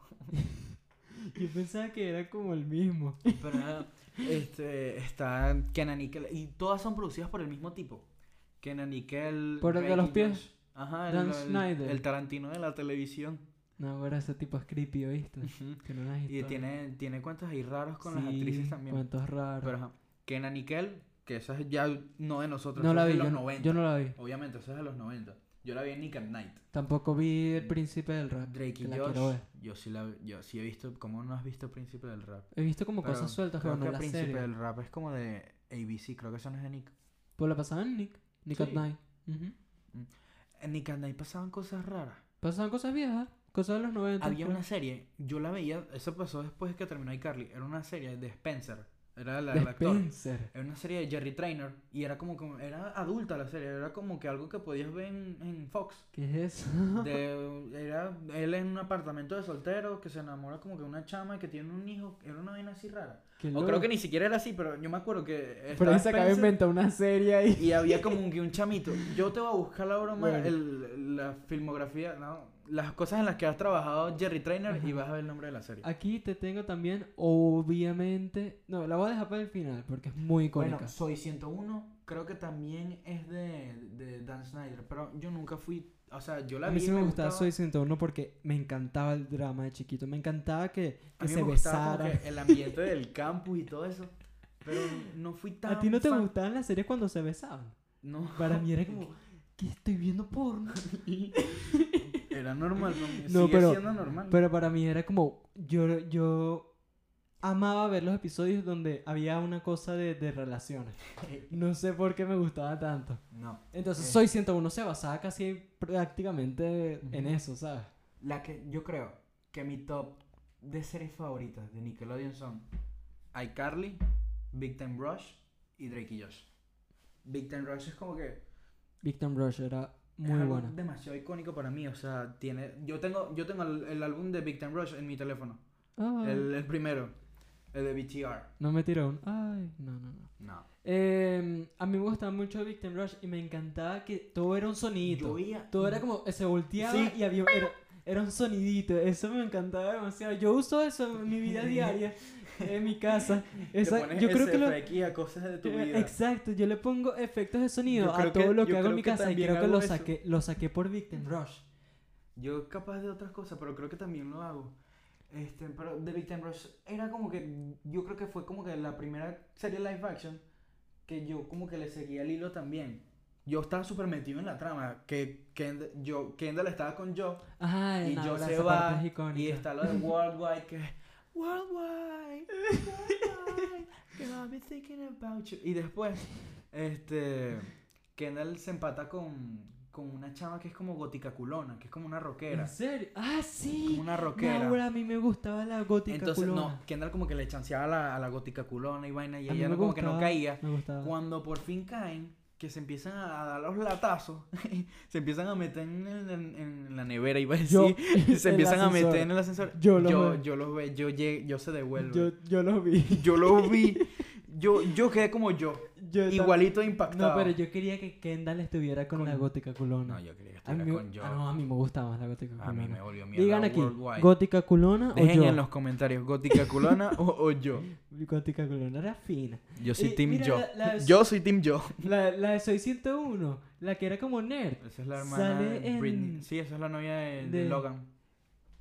Speaker 2: Yo pensaba que era como el mismo.
Speaker 1: pero era- este está Kenan Nickel y todas son producidas por el mismo tipo. Kenan Nickel,
Speaker 2: Por el de
Speaker 1: Drake
Speaker 2: los
Speaker 1: y
Speaker 2: pies.
Speaker 1: Josh. Ajá,
Speaker 2: Dan
Speaker 1: el, el,
Speaker 2: Schneider.
Speaker 1: el Tarantino de la televisión.
Speaker 2: No, ahora ese tipo es creepy, ¿oíste? Que no las
Speaker 1: Y
Speaker 2: historias.
Speaker 1: tiene, tiene cuentos ahí raros con las
Speaker 2: Sí,
Speaker 1: actrices también.
Speaker 2: Cuentos raros.
Speaker 1: Pero ajá, Kenan Nickel, que esa es ya no de nosotros,
Speaker 2: no
Speaker 1: esa
Speaker 2: la
Speaker 1: es
Speaker 2: vi,
Speaker 1: de
Speaker 2: yo,
Speaker 1: los
Speaker 2: no-
Speaker 1: 90.
Speaker 2: yo no la vi.
Speaker 1: Obviamente, esa es de los 90. Yo la vi en Nick at Night.
Speaker 2: Tampoco vi El Príncipe del Rap.
Speaker 1: Drake
Speaker 2: que
Speaker 1: y
Speaker 2: la quiero
Speaker 1: Josh.
Speaker 2: ver.
Speaker 1: Yo sí, la, yo sí he visto, ¿cómo no has visto Príncipe del Rap?
Speaker 2: He visto como
Speaker 1: Pero
Speaker 2: cosas sueltas,
Speaker 1: creo
Speaker 2: pero no
Speaker 1: que
Speaker 2: la
Speaker 1: Príncipe
Speaker 2: serie.
Speaker 1: del Rap es como de ABC, creo que eso no es de Nick.
Speaker 2: Pues la pasaban en Nick. Nick at
Speaker 1: Sí.
Speaker 2: Night. Ujú.
Speaker 1: En Nick at Night pasaban cosas raras.
Speaker 2: Pasaban cosas viejas, cosas de los 90.
Speaker 1: Había
Speaker 2: creo.
Speaker 1: una serie, yo la veía, eso pasó después de que terminó iCarly, era una serie de Spencer, era la,
Speaker 2: De
Speaker 1: el actor.
Speaker 2: Spencer.
Speaker 1: Era una serie de Jerry Trainer y era como, como era adulta la serie, era como que algo que podías ver en- en Fox.
Speaker 2: ¿Qué es eso?
Speaker 1: de- era él en un apartamento de soltero que se enamora como que de una chama que tiene un hijo. Era una vaina así rara.
Speaker 2: Qué
Speaker 1: O creo
Speaker 2: loco.
Speaker 1: que ni siquiera era así, pero yo me acuerdo que.
Speaker 2: Pero
Speaker 1: estaba
Speaker 2: ahí se acaba de
Speaker 1: Spencer
Speaker 2: inventar una serie ahí.
Speaker 1: Y había como un, que un chamito. Yo te voy a buscar la broma,
Speaker 2: Bueno.
Speaker 1: el- la filmografía, ¿no? las cosas en las que has trabajado Jerry Trainer y
Speaker 2: Ajá.
Speaker 1: vas a ver el nombre de la serie.
Speaker 2: Aquí te tengo también, obviamente. No, la voy a dejar para el final porque es muy icónica.
Speaker 1: Bueno, Soy 101 creo que también es de, de Dan Snyder, pero yo nunca fui, o sea, yo la
Speaker 2: a
Speaker 1: vi
Speaker 2: mí sí
Speaker 1: y
Speaker 2: me gustaba
Speaker 1: gustaba.
Speaker 2: Soy 101 porque me encantaba el drama de chiquito. Me encantaba que,
Speaker 1: A
Speaker 2: que
Speaker 1: mí
Speaker 2: se
Speaker 1: me gustaba como
Speaker 2: besaran.
Speaker 1: que el ambiente del campus y todo eso. Pero no fui tan.
Speaker 2: ¿A ti no te
Speaker 1: fan-
Speaker 2: gustaban las series cuando se besaban?
Speaker 1: No.
Speaker 2: Para mí era como, ¿qué estoy viendo porno?
Speaker 1: Era normal. para mí,
Speaker 2: No,
Speaker 1: sigue
Speaker 2: pero-
Speaker 1: siendo normal.
Speaker 2: Pero para mí era como, yo, yo amaba ver los episodios donde había una cosa de, de relaciones. No sé por qué me gustaba tanto.
Speaker 1: Eh, No.
Speaker 2: Entonces,
Speaker 1: Eh.
Speaker 2: Soy 101 se basaba casi prácticamente en
Speaker 1: Ujú.
Speaker 2: eso, ¿sabes?
Speaker 1: La que yo creo que mi top de series favoritas de Nickelodeon son iCarly, Big Time Rush y Drake y Josh. Big Time Rush es como que
Speaker 2: Victim Rush era
Speaker 1: es
Speaker 2: muy
Speaker 1: algo
Speaker 2: buena.
Speaker 1: demasiado icónico para mí, o sea, tiene yo tengo yo tengo el, el álbum de Big Time Rush en mi teléfono,
Speaker 2: Ah,
Speaker 1: el, el primero. El de BTR.
Speaker 2: No me tiró un. Ay, no, no, no.
Speaker 1: No.
Speaker 2: Eh, a mí me gustaba mucho Victim Rush y me encantaba que todo era un
Speaker 1: Yo
Speaker 2: sonidito.
Speaker 1: veía.
Speaker 2: Todo era como. eh, Se volteaba
Speaker 1: Sí.
Speaker 2: y había. Era, era un sonidito. Eso me encantaba demasiado. Yo uso eso en mi vida diaria, en mi casa.
Speaker 1: te
Speaker 2: Esa-
Speaker 1: pones
Speaker 2: yo creo que lo.
Speaker 1: SFX a cosas de tu
Speaker 2: Eh,
Speaker 1: vida.
Speaker 2: Exacto, yo le pongo efectos de sonido
Speaker 1: Yo
Speaker 2: a
Speaker 1: creo que-
Speaker 2: todo lo
Speaker 1: yo
Speaker 2: que hago en
Speaker 1: creo
Speaker 2: mi
Speaker 1: que
Speaker 2: casa y
Speaker 1: también
Speaker 2: creo que
Speaker 1: hago
Speaker 2: lo
Speaker 1: eso.
Speaker 2: saqué, lo saqué por Victim Rush.
Speaker 1: Yo capaz de otras cosas, pero creo que también lo hago. Este, pero The Victim Rush era como que, yo creo que fue como que la primera serie live action que yo como que le seguía el hilo también. Yo estaba súper metido en la trama, que Kend- yo, Kendall estaba con Joe
Speaker 2: Ah,
Speaker 1: y
Speaker 2: no,
Speaker 1: Joe
Speaker 2: ahora
Speaker 1: se
Speaker 2: esa
Speaker 1: va
Speaker 2: parte es
Speaker 1: y
Speaker 2: icónica.
Speaker 1: está lo de Worldwide que Worldwide, Worldwide, girl, I've been thinking about you. Y después, este, Kendall se empata con, con una chama que es como gótica culona, que es como una rockera.
Speaker 2: ¿En serio? Ah,
Speaker 1: como
Speaker 2: sí.
Speaker 1: una rockera.
Speaker 2: Ahora a mí me gustaba la gótica
Speaker 1: Entonces,
Speaker 2: culona.
Speaker 1: no, Kendall como que le chanceaba a la, a la gótica culona y vaina y
Speaker 2: A mí
Speaker 1: ella
Speaker 2: me
Speaker 1: no- como que no
Speaker 2: gustaba,
Speaker 1: caía.
Speaker 2: Me gustaba.
Speaker 1: Cuando por fin caen, que se empiezan a dar los latazos, se empiezan a meter en, en- en la nevera, iba a decir.
Speaker 2: Yo-
Speaker 1: se
Speaker 2: el
Speaker 1: empiezan a
Speaker 2: ascensor.
Speaker 1: meter en el ascensor.
Speaker 2: Yo los
Speaker 1: yo,
Speaker 2: ve-
Speaker 1: yo los ve, yo, llegué- yo se devuelvo. Yo,
Speaker 2: Yo, yo lo vi.
Speaker 1: lo vi. Yo, yo quedé como yo,
Speaker 2: Yo tam-
Speaker 1: igualito
Speaker 2: No,
Speaker 1: impactado.
Speaker 2: pero yo quería que Kendall estuviera con,
Speaker 1: Con-
Speaker 2: la gótica culona.
Speaker 1: No, yo quería que
Speaker 2: a mí,
Speaker 1: estuviera
Speaker 2: me-
Speaker 1: con yo.
Speaker 2: Ah, no, a mí me gustaba más la gótica culona.
Speaker 1: a mí me volvió mierda.
Speaker 2: Digan aquí,
Speaker 1: Worldwide.
Speaker 2: gótica culona
Speaker 1: Dejen
Speaker 2: o yo.
Speaker 1: en los comentarios, gótica culona o, o yo.
Speaker 2: Gótica culona era fina.
Speaker 1: Yo soy
Speaker 2: Y
Speaker 1: Team
Speaker 2: mira,
Speaker 1: Yo.
Speaker 2: la- la-
Speaker 1: Yo soy Team Yo.
Speaker 2: La, la de 601, la que era como nerd,
Speaker 1: Esa es la hermana
Speaker 2: Sale
Speaker 1: de Britney.
Speaker 2: en-
Speaker 1: Sí, esa es la novia de, de
Speaker 2: de-
Speaker 1: Logan.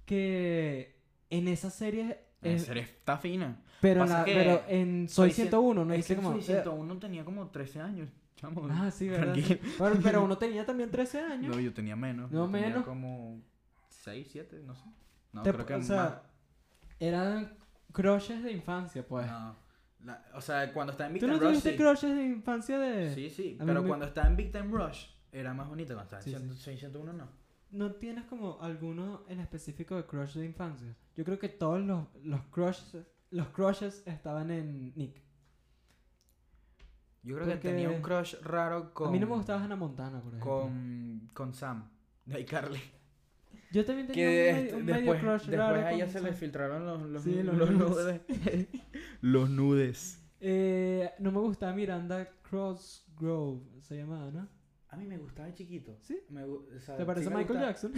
Speaker 2: que en esa serie...
Speaker 1: En
Speaker 2: es-
Speaker 1: serio, está fina.
Speaker 2: pero,
Speaker 1: pasa
Speaker 2: la-
Speaker 1: que
Speaker 2: pero en Soy
Speaker 1: 600
Speaker 2: 101, no
Speaker 1: es
Speaker 2: dice
Speaker 1: que
Speaker 2: como...
Speaker 1: como 101 tenía como 13 años, chamo.
Speaker 2: Ah, sí, ¿verdad?
Speaker 1: Tranquilo.
Speaker 2: Bueno, pero uno tenía también 13 años.
Speaker 1: No, yo tenía menos.
Speaker 2: No,
Speaker 1: yo tenía
Speaker 2: menos.
Speaker 1: como 6, 7, no sé. No,
Speaker 2: Te-
Speaker 1: creo que
Speaker 2: o
Speaker 1: más.
Speaker 2: sea, eran crushes de infancia, pues.
Speaker 1: No. La- o sea, cuando estaba en Big
Speaker 2: ¿Tú
Speaker 1: Time
Speaker 2: no
Speaker 1: Rush.
Speaker 2: tuviste
Speaker 1: Sí.
Speaker 2: crushes de infancia de...?
Speaker 1: sí, sí,
Speaker 2: A mí
Speaker 1: Pero
Speaker 2: me-
Speaker 1: cuando estaba en Big Time Rush era más bonito. Cuando estaba en
Speaker 2: Sí, sí.
Speaker 1: 100 601, no.
Speaker 2: ¿No tienes como alguno en específico de crush de infancia? Yo creo que todos los, los crushes... Los crushes estaban en Nick.
Speaker 1: Yo creo que
Speaker 2: Porque-
Speaker 1: tenía un crush raro con.
Speaker 2: A mí no me gustaba Hannah Montana, por ejemplo.
Speaker 1: Con, Mm, con Sam. De Carly.
Speaker 2: Yo también tenía
Speaker 1: que
Speaker 2: un,
Speaker 1: de-
Speaker 2: medio, un medio
Speaker 1: después,
Speaker 2: crush
Speaker 1: después
Speaker 2: raro
Speaker 1: a ella
Speaker 2: con
Speaker 1: se le
Speaker 2: Sam.
Speaker 1: filtraron los, los,
Speaker 2: Sí, los
Speaker 1: los
Speaker 2: nudes.
Speaker 1: nudes. los nudes.
Speaker 2: Eh, no me gustaba Miranda Crossgrove, se llamaba, ¿no?
Speaker 1: A mí me gustaba de chiquito.
Speaker 2: ¿Sí?
Speaker 1: Me gu- o sea,
Speaker 2: ¿Te parece
Speaker 1: Ah, sí me
Speaker 2: Michael
Speaker 1: gustaba.
Speaker 2: Jackson?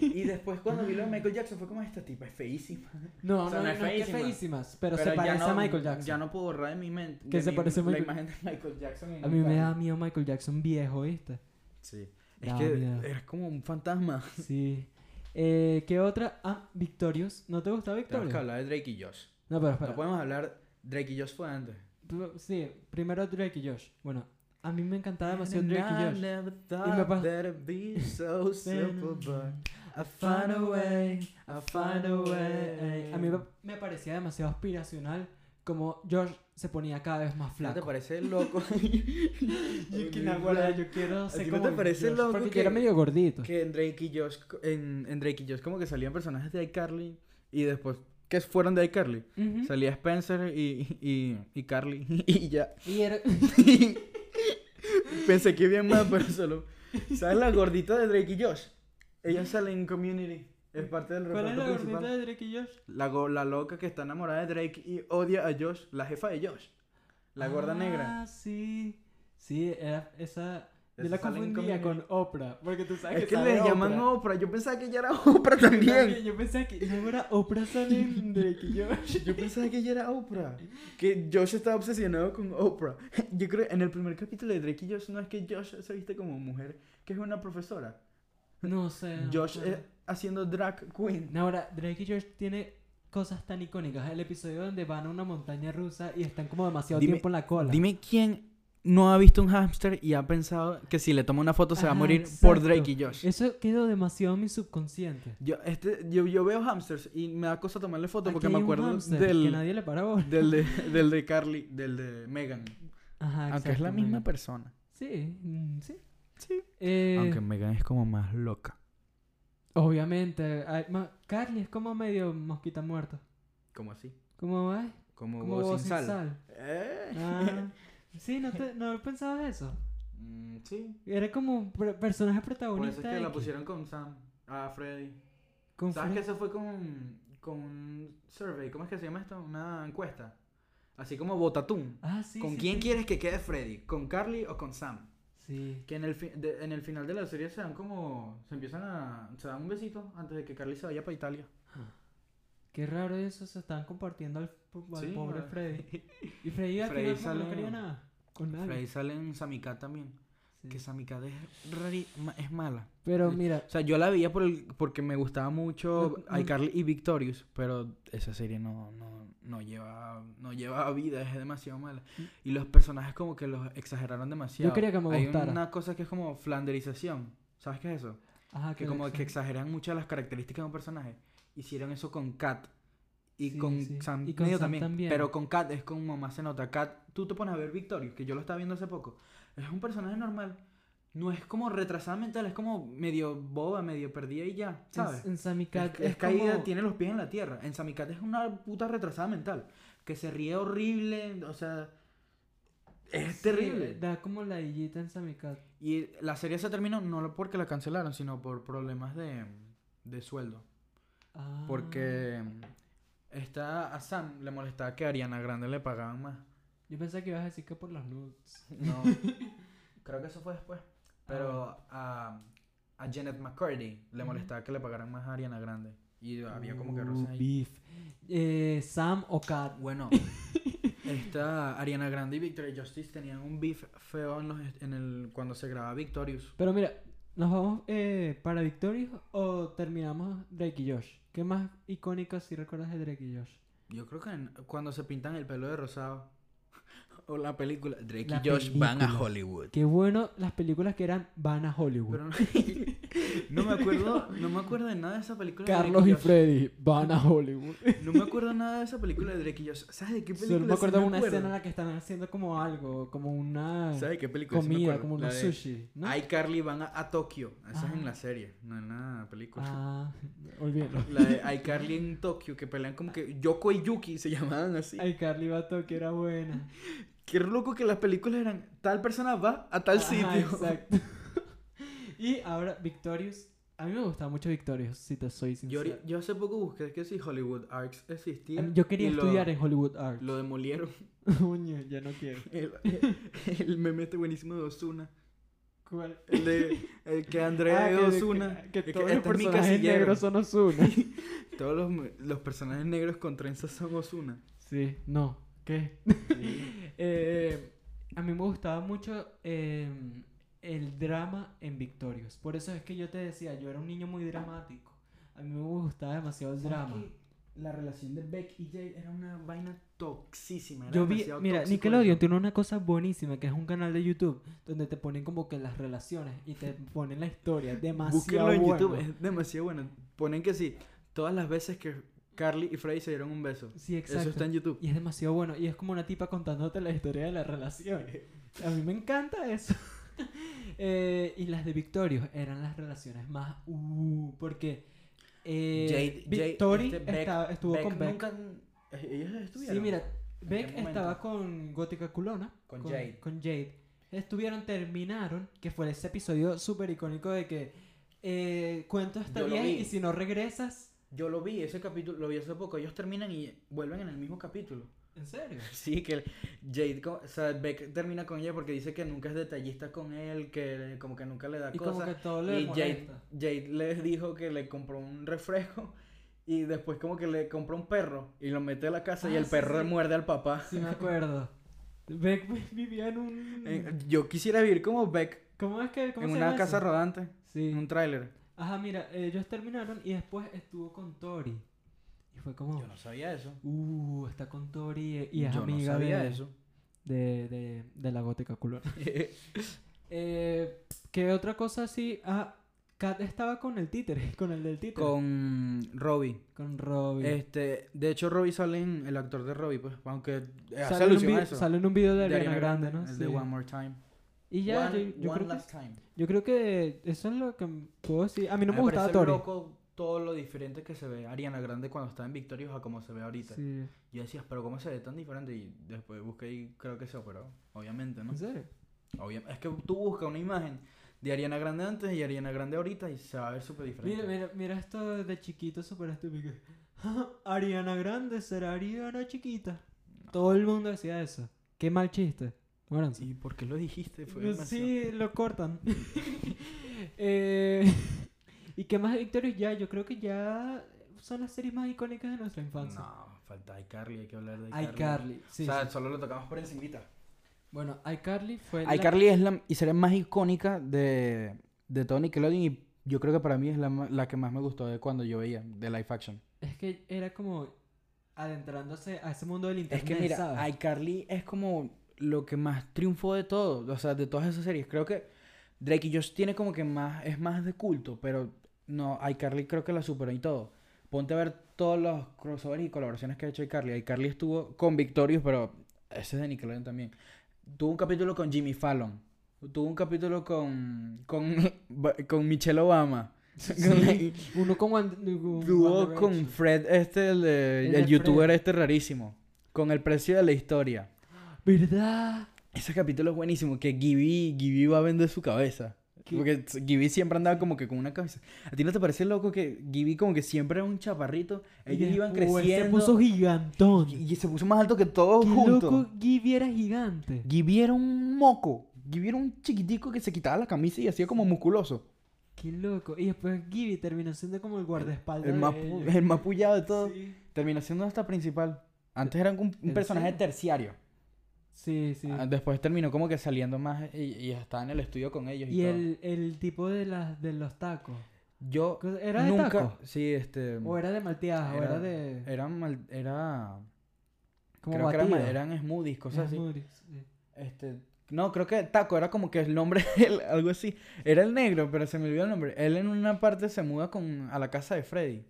Speaker 1: Y después cuando vi lo de Michael Jackson fue como esta tipa es feísima.
Speaker 2: No,
Speaker 1: O sea,
Speaker 2: no,
Speaker 1: no
Speaker 2: no,
Speaker 1: es
Speaker 2: es que
Speaker 1: feísima.
Speaker 2: feísimas, pero, se parece a Michael Jackson.
Speaker 1: Ya no puedo borrar de mi mente.
Speaker 2: Que
Speaker 1: de
Speaker 2: se
Speaker 1: mi-
Speaker 2: parece a Michael-
Speaker 1: La imagen de Michael Jackson. en
Speaker 2: A mí
Speaker 1: mi
Speaker 2: me
Speaker 1: cara.
Speaker 2: da miedo Michael Jackson viejo, ¿viste?
Speaker 1: Sí. Es
Speaker 2: Daba
Speaker 1: que
Speaker 2: miedo.
Speaker 1: eres como un fantasma.
Speaker 2: Sí. Eh, ¿Qué otra? Ah, Victorious. ¿No te gustaba
Speaker 1: Tenemos que
Speaker 2: Victorious?
Speaker 1: hablar de Drake y Josh.
Speaker 2: No, pero
Speaker 1: No
Speaker 2: espera.
Speaker 1: podemos hablar. Drake y Josh fue antes.
Speaker 2: Tú- Sí, primero Drake y Josh. Bueno, a mí me encantaba demasiado Drake y Josh.
Speaker 1: Y
Speaker 2: me pas-
Speaker 1: I find a way, I find a way.
Speaker 2: A mí me- me parecía demasiado aspiracional como Josh se ponía cada vez más
Speaker 1: ¿No te
Speaker 2: flaco.
Speaker 1: parece loco?
Speaker 2: Yo, que naguará, yo quiero ser
Speaker 1: ti no te
Speaker 2: como
Speaker 1: parece
Speaker 2: Josh,
Speaker 1: loco
Speaker 2: Porque yo
Speaker 1: que-
Speaker 2: era medio gordito.
Speaker 1: que en Drake y Josh, co- en, en Drake y Josh como que salían personajes de iCarly y después que fueron de iCarly.
Speaker 2: Ujú.
Speaker 1: Salía Spencer y, y, y Carly y ya.
Speaker 2: Y era...
Speaker 1: Pensé que bien más, pero solo. ¿Sabes la gordita de Drake y Josh? Ella sale en Community. Es parte del
Speaker 2: ¿Cuál es
Speaker 1: reparto
Speaker 2: la
Speaker 1: principal.
Speaker 2: gordita de Drake y Josh?
Speaker 1: La, go- la loca que está enamorada de Drake y odia a Josh, la jefa de Josh. La gorda negra.
Speaker 2: Ah, sí. Sí, era esa... Yo
Speaker 1: Esa
Speaker 2: la
Speaker 1: sale en
Speaker 2: confundía con
Speaker 1: Community.
Speaker 2: Oprah, porque tú sabes
Speaker 1: Es que
Speaker 2: sale
Speaker 1: le llaman
Speaker 2: Oprah.
Speaker 1: Oprah. Yo pensaba que ella era Oprah también.
Speaker 2: Yo pensaba que no era Oprah sale en Drake y Josh.
Speaker 1: Yo pensaba que ella era Oprah. Que Josh estaba obsesionado con Oprah. Yo creo en el primer capítulo de Drake y Josh no es que Josh se viste como mujer, que es una profesora.
Speaker 2: No sé. no me
Speaker 1: Josh eh.
Speaker 2: acuerdo.
Speaker 1: es haciendo drag queen.
Speaker 2: No, Ahora, Drake y Josh tiene cosas tan icónicas. El episodio donde van a una montaña rusa y están como demasiado
Speaker 1: Dime-
Speaker 2: tiempo en la cola.
Speaker 1: Dime quién no ha visto un hámster y ha pensado que si le toma una foto se va a
Speaker 2: Ajá,
Speaker 1: morir por
Speaker 2: exacto.
Speaker 1: Drake y Josh.
Speaker 2: Eso quedó demasiado en mi subconsciente.
Speaker 1: Yo, este, yo, yo veo hamsters y me da cosa tomarle foto porque
Speaker 2: Aquí
Speaker 1: me
Speaker 2: hay un
Speaker 1: acuerdo
Speaker 2: hámster Que
Speaker 1: del,
Speaker 2: nadie le para bola.
Speaker 1: del, de, del de Carly, del de Megan.
Speaker 2: Ajá,
Speaker 1: Aunque es la
Speaker 2: Ah, exacto,
Speaker 1: misma
Speaker 2: Megan.
Speaker 1: persona.
Speaker 2: Sí, mm, sí.
Speaker 1: Sí.
Speaker 2: Eh,
Speaker 1: Aunque Megan es como más loca.
Speaker 2: Obviamente. ay, ma- Carly es como medio mosquita muerta.
Speaker 1: ¿Cómo así?
Speaker 2: Como, ay,
Speaker 1: Como,
Speaker 2: como
Speaker 1: huevo
Speaker 2: huevo
Speaker 1: sin, sal. Eh.
Speaker 2: Ah, sí, no, te, no pensabas eso.
Speaker 1: Mm, sí.
Speaker 2: Era como pre- personaje
Speaker 1: Por eso
Speaker 2: protagonista.
Speaker 1: es que la
Speaker 2: X.
Speaker 1: pusieron con Sam, a Freddy.
Speaker 2: Con
Speaker 1: ¿Sabes
Speaker 2: Fred-
Speaker 1: que eso fue con, con un survey? ¿Cómo es que se llama esto? Una encuesta. Así como Botatún.
Speaker 2: Ah, sí.
Speaker 1: ¿Con
Speaker 2: sí,
Speaker 1: quién
Speaker 2: sí.
Speaker 1: quieres que quede Freddy? ¿Con Carly o con Sam?
Speaker 2: Sí.
Speaker 1: Que en el, fi- de- en el final de la serie se dan como. Se empiezan a. Se dan un besito antes de que Carly se vaya para Italia.
Speaker 2: Qué raro eso, se están compartiendo al, po- al
Speaker 1: Sí,
Speaker 2: pobre
Speaker 1: vale.
Speaker 2: Freddy. Y Freddy al
Speaker 1: Freddy
Speaker 2: final como que no
Speaker 1: sale-
Speaker 2: quería nada. Con nadie.
Speaker 1: Freddy sale en Samika también.
Speaker 2: Sí.
Speaker 1: Que Samika es, rari- ma- es mala.
Speaker 2: Pero mira,
Speaker 1: O sea, yo la veía por el, porque me gustaba mucho
Speaker 2: No- no-
Speaker 1: iCarly y Victorious, pero esa serie no, no, no, lleva, no lleva vida, es demasiado mala. Y los personajes como que los exageraron demasiado.
Speaker 2: Yo quería que me
Speaker 1: Hay
Speaker 2: gustara.
Speaker 1: una cosa que es como flanderización. ¿Sabes qué es eso?
Speaker 2: ajá,
Speaker 1: Que como
Speaker 2: le-
Speaker 1: que exageran mucho las características de un personaje. Hicieron eso con Kat. Y
Speaker 2: Sí,
Speaker 1: con
Speaker 2: sí.
Speaker 1: Sam
Speaker 2: Y con
Speaker 1: medio
Speaker 2: Sam
Speaker 1: también.
Speaker 2: también.
Speaker 1: Pero con Kat es como más se nota. Kat, tú te pones a ver Victorious, que yo lo estaba viendo hace poco. Es un personaje normal. No es como retrasada mental, es como medio boba, medio perdida y ya,
Speaker 2: en-
Speaker 1: ¿sabes?
Speaker 2: En Sammy
Speaker 1: Es,
Speaker 2: Cat
Speaker 1: es caída,
Speaker 2: como-
Speaker 1: tiene los pies en la tierra. En Sammy Cat es una puta retrasada mental. Que se ríe horrible, o sea. Es
Speaker 2: Sí,
Speaker 1: terrible.
Speaker 2: Da como la hillita en Sammy Cat.
Speaker 1: Y la serie se terminó no porque la cancelaron, sino por problemas de, de sueldo.
Speaker 2: Ah.
Speaker 1: Porque esta, a Sam le molestaba que a Ariana Grande le pagaban más.
Speaker 2: Yo pensé que ibas a decir que por los nudes.
Speaker 1: No. creo que eso fue después. Pero a, a Janet McCurdy le
Speaker 2: Ah, Ujú.
Speaker 1: molestaba que le pagaran más a Ariana Grande. Y había como que
Speaker 2: Uh,
Speaker 1: roces ahí.
Speaker 2: beef. Eh, Sam o Cat.
Speaker 1: Bueno, esta Ariana Grande y Victoria Justice tenían un beef feo en los, en el, cuando se grababa Victorious.
Speaker 2: Pero mira, ¿nos vamos eh, para Victorious o terminamos Drake y Josh? ¿Qué más icónico si recuerdas de Drake y Josh?
Speaker 1: Yo creo que en- cuando se pintan el pelo de rosado o la película Drake
Speaker 2: La
Speaker 1: y Josh van a
Speaker 2: película.
Speaker 1: Hollywood.
Speaker 2: Qué bueno las películas que eran van a Hollywood.
Speaker 1: Pero no, no me acuerdo, no me acuerdo de nada de esa película. de
Speaker 2: Carlos
Speaker 1: Drake
Speaker 2: y
Speaker 1: Josh.
Speaker 2: Freddy van a Hollywood.
Speaker 1: No me acuerdo nada de esa película de Drake y Josh. ¿Sabes de qué película?
Speaker 2: Solo me acuerdo
Speaker 1: sí
Speaker 2: de una escena en la que están haciendo como algo, como una
Speaker 1: ¿Sabes de qué película? sí me
Speaker 2: comida,
Speaker 1: acuerdo?
Speaker 2: como
Speaker 1: La
Speaker 2: unos
Speaker 1: de
Speaker 2: sushi, ¿no?
Speaker 1: iCarly van a, a Tokio. Esa es
Speaker 2: Ah.
Speaker 1: en la serie, no en la película.
Speaker 2: Ah, olvídalo.
Speaker 1: La de iCarly en Tokio, que pelean como que Yoko y Yuki se llamaban así.
Speaker 2: Ay, Carly Bato, que era buena.
Speaker 1: Qué loco que las películas eran tal persona va a tal
Speaker 2: Ajá,
Speaker 1: sitio.
Speaker 2: Exacto. y ahora, Victorious. A mí me gustaba mucho Victorious, si te soy
Speaker 1: Yo,
Speaker 2: sincero.
Speaker 1: ori- yo hace poco busqué que si Hollywood Arts
Speaker 2: A
Speaker 1: existía.
Speaker 2: mí- Yo quería
Speaker 1: Em, y lo-
Speaker 2: estudiar en Hollywood Arts.
Speaker 1: Lo demolieron.
Speaker 2: Coño, ya no quiero.
Speaker 1: El, el meme este buenísimo de Osuna.
Speaker 2: ¿Cuál?
Speaker 1: El de el que Andrea
Speaker 2: Ah,
Speaker 1: es
Speaker 2: que-
Speaker 1: Osuna.
Speaker 2: Que, que todos los
Speaker 1: este es mi
Speaker 2: personajes
Speaker 1: casillero.
Speaker 2: negros son Ozuna.
Speaker 1: Todos los, mu- los personajes negros con trenzas son Osuna.
Speaker 2: sí, no. ¿Qué? Eh, a mí me gustaba mucho eh, el drama en Victorious. Por eso es que yo te decía, yo era un niño muy dramático. A mí me gustaba demasiado el drama.
Speaker 1: La relación de Beck y Jay era una vaina toxísima.
Speaker 2: Yo vi, mira, Nickelodeon tiene una cosa buenísima que es un canal de YouTube donde te ponen como que las relaciones y te ponen la historia. Demasiado
Speaker 1: Búsquenlo en
Speaker 2: bueno.
Speaker 1: YouTube, es demasiado bueno. Ponen que sí, todas las veces que Carly y Freddy se dieron un beso.
Speaker 2: Sí, exacto.
Speaker 1: Eso está en YouTube.
Speaker 2: Y es demasiado bueno. Y es como una tipa contándote la historia de la relación. A mí me encanta eso. Eh, y las de Victorious eran las relaciones más. Uh, porque. Eh,
Speaker 1: Jade- Jade-
Speaker 2: Victory
Speaker 1: este Beck-
Speaker 2: estaba- estuvo
Speaker 1: Beck
Speaker 2: con Beck.
Speaker 1: nunca- eh, Ellos estuvieron.
Speaker 2: Sí, mira,
Speaker 1: ¿En
Speaker 2: Beck
Speaker 1: qué momento?
Speaker 2: estaba con Gótica Culona.
Speaker 1: Con Jade.
Speaker 2: Con Jade. Estuvieron, terminaron, que fue ese episodio súper icónico de que eh, cuento hasta
Speaker 1: Yo lo
Speaker 2: 10
Speaker 1: vi.
Speaker 2: y si no regresas.
Speaker 1: Yo lo vi, ese capítulo, lo vi hace poco. Ellos terminan y vuelven en el mismo capítulo.
Speaker 2: ¿En serio?
Speaker 1: Sí, que Jade, co- o sea, Beck termina con ella porque dice que nunca es detallista con él, que como que nunca le da
Speaker 2: Y como que
Speaker 1: cosas.
Speaker 2: todo le
Speaker 1: Y Jade,
Speaker 2: molesta.
Speaker 1: Jade les dijo que le compró un refresco y después como que le compró un perro y lo mete a la casa y
Speaker 2: Ah,
Speaker 1: el
Speaker 2: sí,
Speaker 1: perro
Speaker 2: sí.
Speaker 1: muerde al papá.
Speaker 2: Sí, me acuerdo. Beck vivía en un.
Speaker 1: Eh, Yo quisiera vivir como Beck
Speaker 2: ¿Cómo es que.? cómo
Speaker 1: en
Speaker 2: se
Speaker 1: una
Speaker 2: llama
Speaker 1: casa
Speaker 2: eso?
Speaker 1: rodante, en
Speaker 2: Sí.
Speaker 1: un tráiler.
Speaker 2: Ajá, mira, ellos terminaron y después estuvo con Tori. Y fue como.
Speaker 1: Yo no sabía eso.
Speaker 2: Uh, está con Tori eh, y es
Speaker 1: Yo
Speaker 2: amiga
Speaker 1: no sabía
Speaker 2: de,
Speaker 1: eso.
Speaker 2: De, de, de la gótica culona. Eh, ¿Qué otra cosa así? Ah, Kat estaba con el títere, con el del títere. Con,
Speaker 1: con Robbie.
Speaker 2: Robbie.
Speaker 1: Este, de hecho Robbie sale en el actor de Robbie, pues, aunque eh, hace
Speaker 2: sale, en un
Speaker 1: alusión a
Speaker 2: vi-
Speaker 1: eso.
Speaker 2: sale en un video de,
Speaker 1: De
Speaker 2: Ariana Grande, ¿no?
Speaker 1: El
Speaker 2: Sí.
Speaker 1: de One More Time.
Speaker 2: Y ya,
Speaker 1: One-
Speaker 2: yo, yo
Speaker 1: One
Speaker 2: creo que,
Speaker 1: Last Time.
Speaker 2: yo creo que eso es lo que puedo decir. A mí no me,
Speaker 1: parece
Speaker 2: gustaba Tori.
Speaker 1: loco todo lo diferente que se ve Ariana Grande cuando estaba en Victorious a como se ve ahorita.
Speaker 2: Sí.
Speaker 1: Yo decía, pero ¿cómo se ve tan diferente? Y después busqué y creo que se operó, obviamente, ¿no?
Speaker 2: ¿En serio?
Speaker 1: Obvia- es que tú buscas una imagen de Ariana Grande antes y Ariana Grande ahorita y se va a ver súper diferente.
Speaker 2: Mira, mira, mira esto de chiquito súper estúpido. Ariana Grande será Ariana chiquita. Todo el mundo decía eso. Qué mal chiste. Bueno,
Speaker 1: ¿Y por qué lo dijiste? Fue
Speaker 2: no,
Speaker 1: demasiado-
Speaker 2: sí, lo cortan. Eh, ¿Y qué más Victorious ya? Yo creo que ya son las series más icónicas de nuestra infancia.
Speaker 1: No, falta iCarly, hay que hablar de iCarly.
Speaker 2: iCarly. Sí,
Speaker 1: o sea,
Speaker 2: sí.
Speaker 1: solo lo tocamos por encimita.
Speaker 2: Bueno, iCarly fue la-
Speaker 1: iCarly es la y serie más icónica de, de todo Nickelodeon y yo creo que para mí es la, ma- la que más me gustó de cuando yo veía, de live action.
Speaker 2: Es que era como adentrándose a ese mundo del
Speaker 1: Es
Speaker 2: internet,
Speaker 1: que mira,
Speaker 2: ¿sabes?
Speaker 1: iCarly es como lo que más triunfó de todo, o sea, de todas esas series. Creo que Drake y Josh tiene como que más, es más de culto, pero no, iCarly creo que la superó y todo. Ponte a ver todos los crossovers y colaboraciones que ha hecho iCarly. iCarly estuvo con Victorious, pero ese es de Nickelodeon también. Tuvo un capítulo con Jimmy Fallon. Tuvo un capítulo con, con, con Michelle Obama.
Speaker 2: Sí, uno con One, con
Speaker 1: Dúo
Speaker 2: One
Speaker 1: con
Speaker 2: Direction.
Speaker 1: Fred, este, el, de-
Speaker 2: El
Speaker 1: el,
Speaker 2: de
Speaker 1: youtuber
Speaker 2: Fred.
Speaker 1: este rarísimo. Con el precio de la historia.
Speaker 2: ¿Verdad?
Speaker 1: Ese capítulo es buenísimo, que Gibby, Gibby va a vender su cabeza.
Speaker 2: ¿Qué?
Speaker 1: Porque s- Gibby siempre andaba como que con una cabeza. ¿A ti no te parece loco que Gibby como que siempre era un chaparrito? Ellos
Speaker 2: Y
Speaker 1: iban
Speaker 2: después
Speaker 1: creciendo
Speaker 2: Se puso gigantón.
Speaker 1: y y se puso más alto que todos
Speaker 2: Qué
Speaker 1: juntos.
Speaker 2: loco, Gibby era gigante.
Speaker 1: Gibby era un moco. Gibby era un chiquitico que se quitaba la camisa y hacía como musculoso.
Speaker 2: Qué loco. Y después Gibby terminó siendo como el guardaespaldas.
Speaker 1: El más,
Speaker 2: de
Speaker 1: pu-
Speaker 2: ellos.
Speaker 1: el más pullado de todo.
Speaker 2: Sí.
Speaker 1: Terminó siendo hasta principal. Antes era un, un
Speaker 2: ¿En
Speaker 1: personaje
Speaker 2: serio?
Speaker 1: terciario.
Speaker 2: Sí, sí.
Speaker 1: Ah, Después terminó como que saliendo más y, y estaba en el estudio con ellos. Y,
Speaker 2: y
Speaker 1: todo.
Speaker 2: el, el tipo de, las de los tacos.
Speaker 1: Yo
Speaker 2: ¿Era de
Speaker 1: nunca...
Speaker 2: taco?
Speaker 1: Sí, este...
Speaker 2: O era de malteadas, o
Speaker 1: Era-
Speaker 2: era de.
Speaker 1: Eran mal- era
Speaker 2: Como
Speaker 1: creo que eran,
Speaker 2: batido.
Speaker 1: mal- eran smoothies, cosas así.
Speaker 2: Smoothies, sí.
Speaker 1: Este, no, creo que Taco era como que el nombre de él, algo así. Era el negro, pero se me olvidó el nombre. Él en una parte se muda con a la casa de Freddy.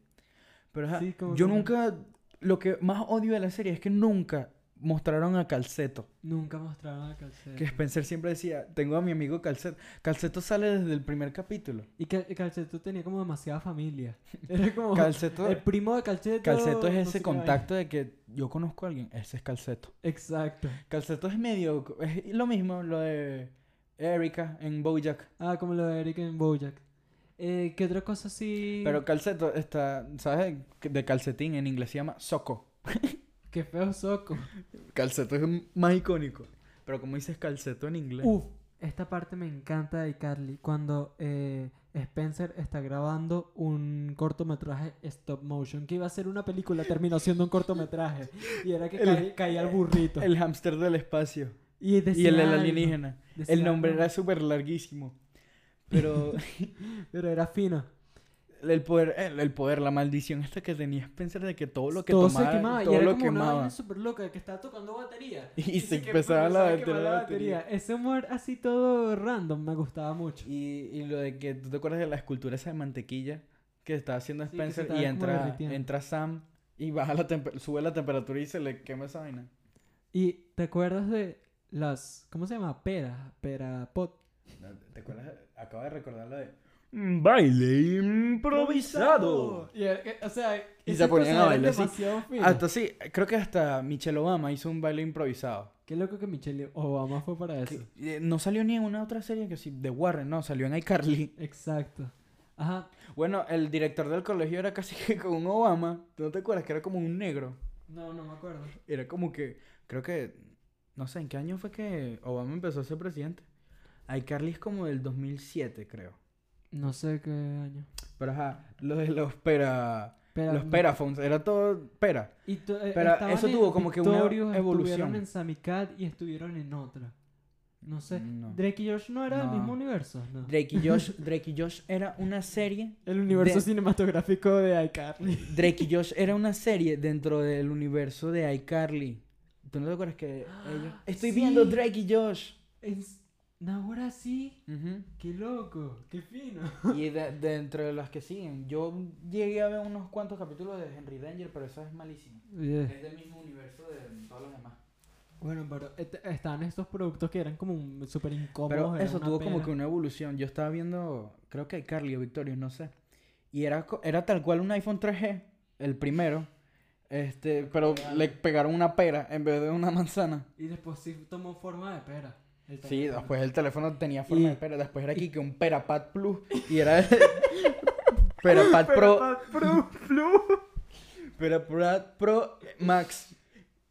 Speaker 1: Pero ajá,
Speaker 2: Sí, como
Speaker 1: yo
Speaker 2: que-
Speaker 1: nunca lo que más odio de la serie es que nunca mostraron a Calceto.
Speaker 2: Nunca mostraron a Calceto.
Speaker 1: Que Spencer siempre decía, "Tengo a mi amigo Calceto." Calceto sale desde el primer capítulo.
Speaker 2: Y Cal- Calceto tenía como demasiada familia. Era como.
Speaker 1: Calceto
Speaker 2: el primo de Calceto.
Speaker 1: Calceto es
Speaker 2: Oh, eh, no
Speaker 1: ese
Speaker 2: sé qué
Speaker 1: contacto de que yo conozco a alguien, ese es Calceto.
Speaker 2: vaina. Exacto.
Speaker 1: Calceto es medio. Es lo mismo lo de Erika en Bojack.
Speaker 2: Ah, como lo de Eric en Bojack. Eh, ¿Qué otra cosa sí?
Speaker 1: Pero Calceto está. ¿Sabes? De calcetín en inglés se llama soco.
Speaker 2: Qué feo soco.
Speaker 1: Calceto es m- más icónico. Pero como dices calceto en inglés.
Speaker 2: Uf, esta parte me encanta de Carly. Cuando eh, Spencer está grabando un cortometraje stop motion, que iba a ser una película, terminó siendo un cortometraje. Y era que
Speaker 1: El-
Speaker 2: caí- caía el burrito.
Speaker 1: el hámster del espacio.
Speaker 2: y,
Speaker 1: Y
Speaker 2: decía
Speaker 1: el del
Speaker 2: algo,
Speaker 1: alienígena.
Speaker 2: decía
Speaker 1: El nombre
Speaker 2: algo,
Speaker 1: era súper larguísimo. Pero
Speaker 2: Pero era fino.
Speaker 1: el poder, el, el poder, la maldición esta que tenía Spencer de que todo lo que
Speaker 2: todo
Speaker 1: tomaba,
Speaker 2: se quemaba.
Speaker 1: todo
Speaker 2: y era
Speaker 1: lo
Speaker 2: como una
Speaker 1: quemaba.
Speaker 2: vaina súper loca de que estaba tocando batería.
Speaker 1: Y se
Speaker 2: que
Speaker 1: empezaba
Speaker 2: empezaba
Speaker 1: la
Speaker 2: a quemar
Speaker 1: batería,
Speaker 2: la
Speaker 1: la batería.
Speaker 2: batería. Ese humor así todo random me gustaba mucho.
Speaker 1: Y, y lo de que tú te acuerdas de la escultura esa de mantequilla que estaba haciendo
Speaker 2: Sí, que se
Speaker 1: Spencer
Speaker 2: estaba
Speaker 1: y
Speaker 2: como
Speaker 1: entra,
Speaker 2: derritiendo.
Speaker 1: entra Sam y baja la temper- sube la temperatura y se le quema esa vaina.
Speaker 2: Y te acuerdas de las. ¿Cómo se llama? Pera. Pera pot.
Speaker 1: ¿Te acuerdas? Acabo de recordar lo de Mm, baile improvisado.
Speaker 2: Y, eh, o sea,
Speaker 1: Y
Speaker 2: esas
Speaker 1: se ponían
Speaker 2: cosas
Speaker 1: a
Speaker 2: eran
Speaker 1: bailar así. Ah,
Speaker 2: demasiado finas.
Speaker 1: Hasta sí, creo que hasta Michelle Obama hizo un baile improvisado.
Speaker 2: Qué loco que Michelle Obama fue para eso.
Speaker 1: Que, eh, no salió ni en una otra serie que sí, de Warren, no, salió en iCarly.
Speaker 2: Exacto. Ajá.
Speaker 1: Bueno, el director del colegio era casi que con un Obama. ¿Tú no te acuerdas que era como un negro?
Speaker 2: No, no me acuerdo.
Speaker 1: Era como que, creo que, no sé, ¿en qué año fue que Obama empezó a ser presidente? iCarly es como del 2007, creo.
Speaker 2: No sé qué año.
Speaker 1: Pero ajá, lo de los pera,
Speaker 2: Pera,
Speaker 1: los peraphones, era todo pera.
Speaker 2: Y to- eh,
Speaker 1: Pero
Speaker 2: estaban
Speaker 1: eso
Speaker 2: en
Speaker 1: tuvo como que una
Speaker 2: Victorious, Estuvieron
Speaker 1: evolución.
Speaker 2: en Samicat y estuvieron en otra. No sé.
Speaker 1: Mm, No.
Speaker 2: Drake y George no era del
Speaker 1: No.
Speaker 2: mismo universo. No.
Speaker 1: Drake y Josh, Drake y Josh era una serie,
Speaker 2: El universo
Speaker 1: de-
Speaker 2: cinematográfico de iCarly.
Speaker 1: Drake y Josh era una serie dentro del universo de iCarly. ¿Tú no te acuerdas que ellos?
Speaker 2: Ah,
Speaker 1: Estoy
Speaker 2: sí.
Speaker 1: viendo Drake y Josh.
Speaker 2: Es... Ahora sí.
Speaker 1: Ujú.
Speaker 2: Qué loco. Qué fino.
Speaker 1: Y de- dentro de las que siguen, yo llegué a ver unos cuantos capítulos de Henry Danger, pero eso es malísimo. Es del mismo universo de todos los demás.
Speaker 2: Bueno, pero et- estaban estos productos que eran como un- súper incómodos.
Speaker 1: Pero
Speaker 2: era
Speaker 1: eso
Speaker 2: una
Speaker 1: tuvo como
Speaker 2: pera.
Speaker 1: que una evolución. Yo estaba viendo, creo que Carly o Victorious, no sé. Y era, co- era tal cual un iPhone 3G, el primero. Este, pero le pegaron una pera en vez de una manzana.
Speaker 2: Y después sí tomó forma de pera. el
Speaker 1: Sí,
Speaker 2: teléfono.
Speaker 1: después el teléfono tenía forma
Speaker 2: Y-
Speaker 1: de pera. Después era aquí que un Perapad Plus. Y era. Perapad Pro.
Speaker 2: Pera Pro, Pro.
Speaker 1: Perapad Pro Max.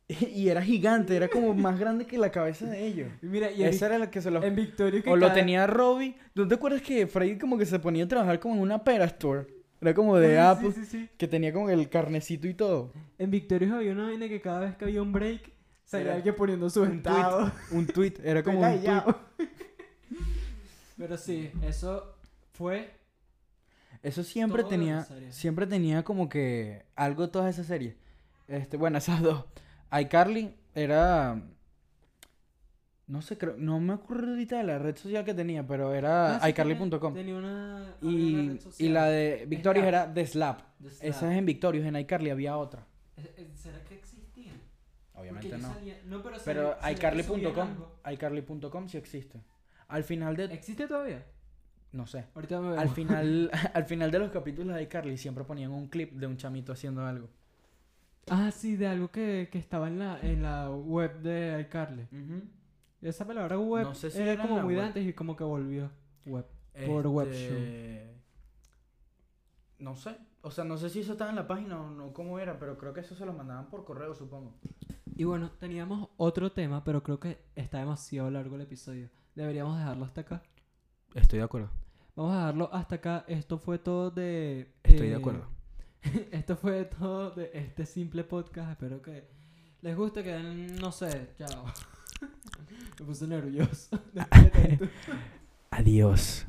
Speaker 1: Y era gigante, era como más grande que la cabeza de ellos.
Speaker 2: Mira, y en,
Speaker 1: Esa era la que se los...
Speaker 2: en Victorio que
Speaker 1: O lo
Speaker 2: cada-
Speaker 1: tenía Robbie. ¿Tú te acuerdas que Freddy como que se ponía a trabajar como en una pera store? Era como
Speaker 2: Sí,
Speaker 1: de
Speaker 2: sí,
Speaker 1: Apple.
Speaker 2: sí, sí.
Speaker 1: Que tenía como el carnecito y todo.
Speaker 2: En Victorious había una vaina que cada vez que había un break salía
Speaker 1: Era
Speaker 2: alguien poniendo su
Speaker 1: un tweet.
Speaker 2: estado.
Speaker 1: Un tweet, era como un tweet.
Speaker 2: Detallado. Pero sí, eso fue
Speaker 1: Eso siempre
Speaker 2: Todo de
Speaker 1: tenía,
Speaker 2: una serie.
Speaker 1: siempre tenía como que algo todas esas series. Este, bueno, esas dos. iCarly era, no sé, creo, no me acuerdo ahorita de la red social que tenía, pero era
Speaker 2: Ah, sí,
Speaker 1: iCarly.com.
Speaker 2: Tenía una. había una
Speaker 1: Y,
Speaker 2: red social.
Speaker 1: y la de Victorious era The Slap.
Speaker 2: The Slap.
Speaker 1: Esa es en Victorious, en iCarly había otra.
Speaker 2: Eh, eh, ¿Será que existía?
Speaker 1: Obviamente
Speaker 2: Porque yo
Speaker 1: no.
Speaker 2: salía- No, pero,
Speaker 1: Pero
Speaker 2: salía- salía que subían
Speaker 1: iCarly.com,
Speaker 2: algo.
Speaker 1: iCarly.com sí existe. Al final de,
Speaker 2: ¿Existe todavía?
Speaker 1: no sé.
Speaker 2: Ahorita me veo.
Speaker 1: Al final, al final de los capítulos de iCarly siempre ponían un clip de un chamito haciendo algo.
Speaker 2: Ah, sí, de algo que, que estaba en la, en la web de iCarly. Esa palabra web
Speaker 1: No sé si
Speaker 2: era
Speaker 1: era en
Speaker 2: como
Speaker 1: la
Speaker 2: muy de
Speaker 1: web.
Speaker 2: antes y como que volvió. Web. Por web show.
Speaker 1: Este, No sé. O sea, no sé si eso estaba en la página o no cómo era, pero creo que eso se lo mandaban por correo, supongo.
Speaker 2: Y bueno, teníamos otro tema, pero creo que está demasiado largo el episodio. Deberíamos dejarlo hasta acá.
Speaker 1: Estoy de acuerdo.
Speaker 2: Vamos a dejarlo hasta acá. Esto fue todo de...
Speaker 1: Estoy de
Speaker 2: eh,
Speaker 1: acuerdo.
Speaker 2: Esto fue todo de este simple podcast. Espero que les guste, que den, no sé, chao. Me puse nervioso. después de tanto.
Speaker 1: Adiós.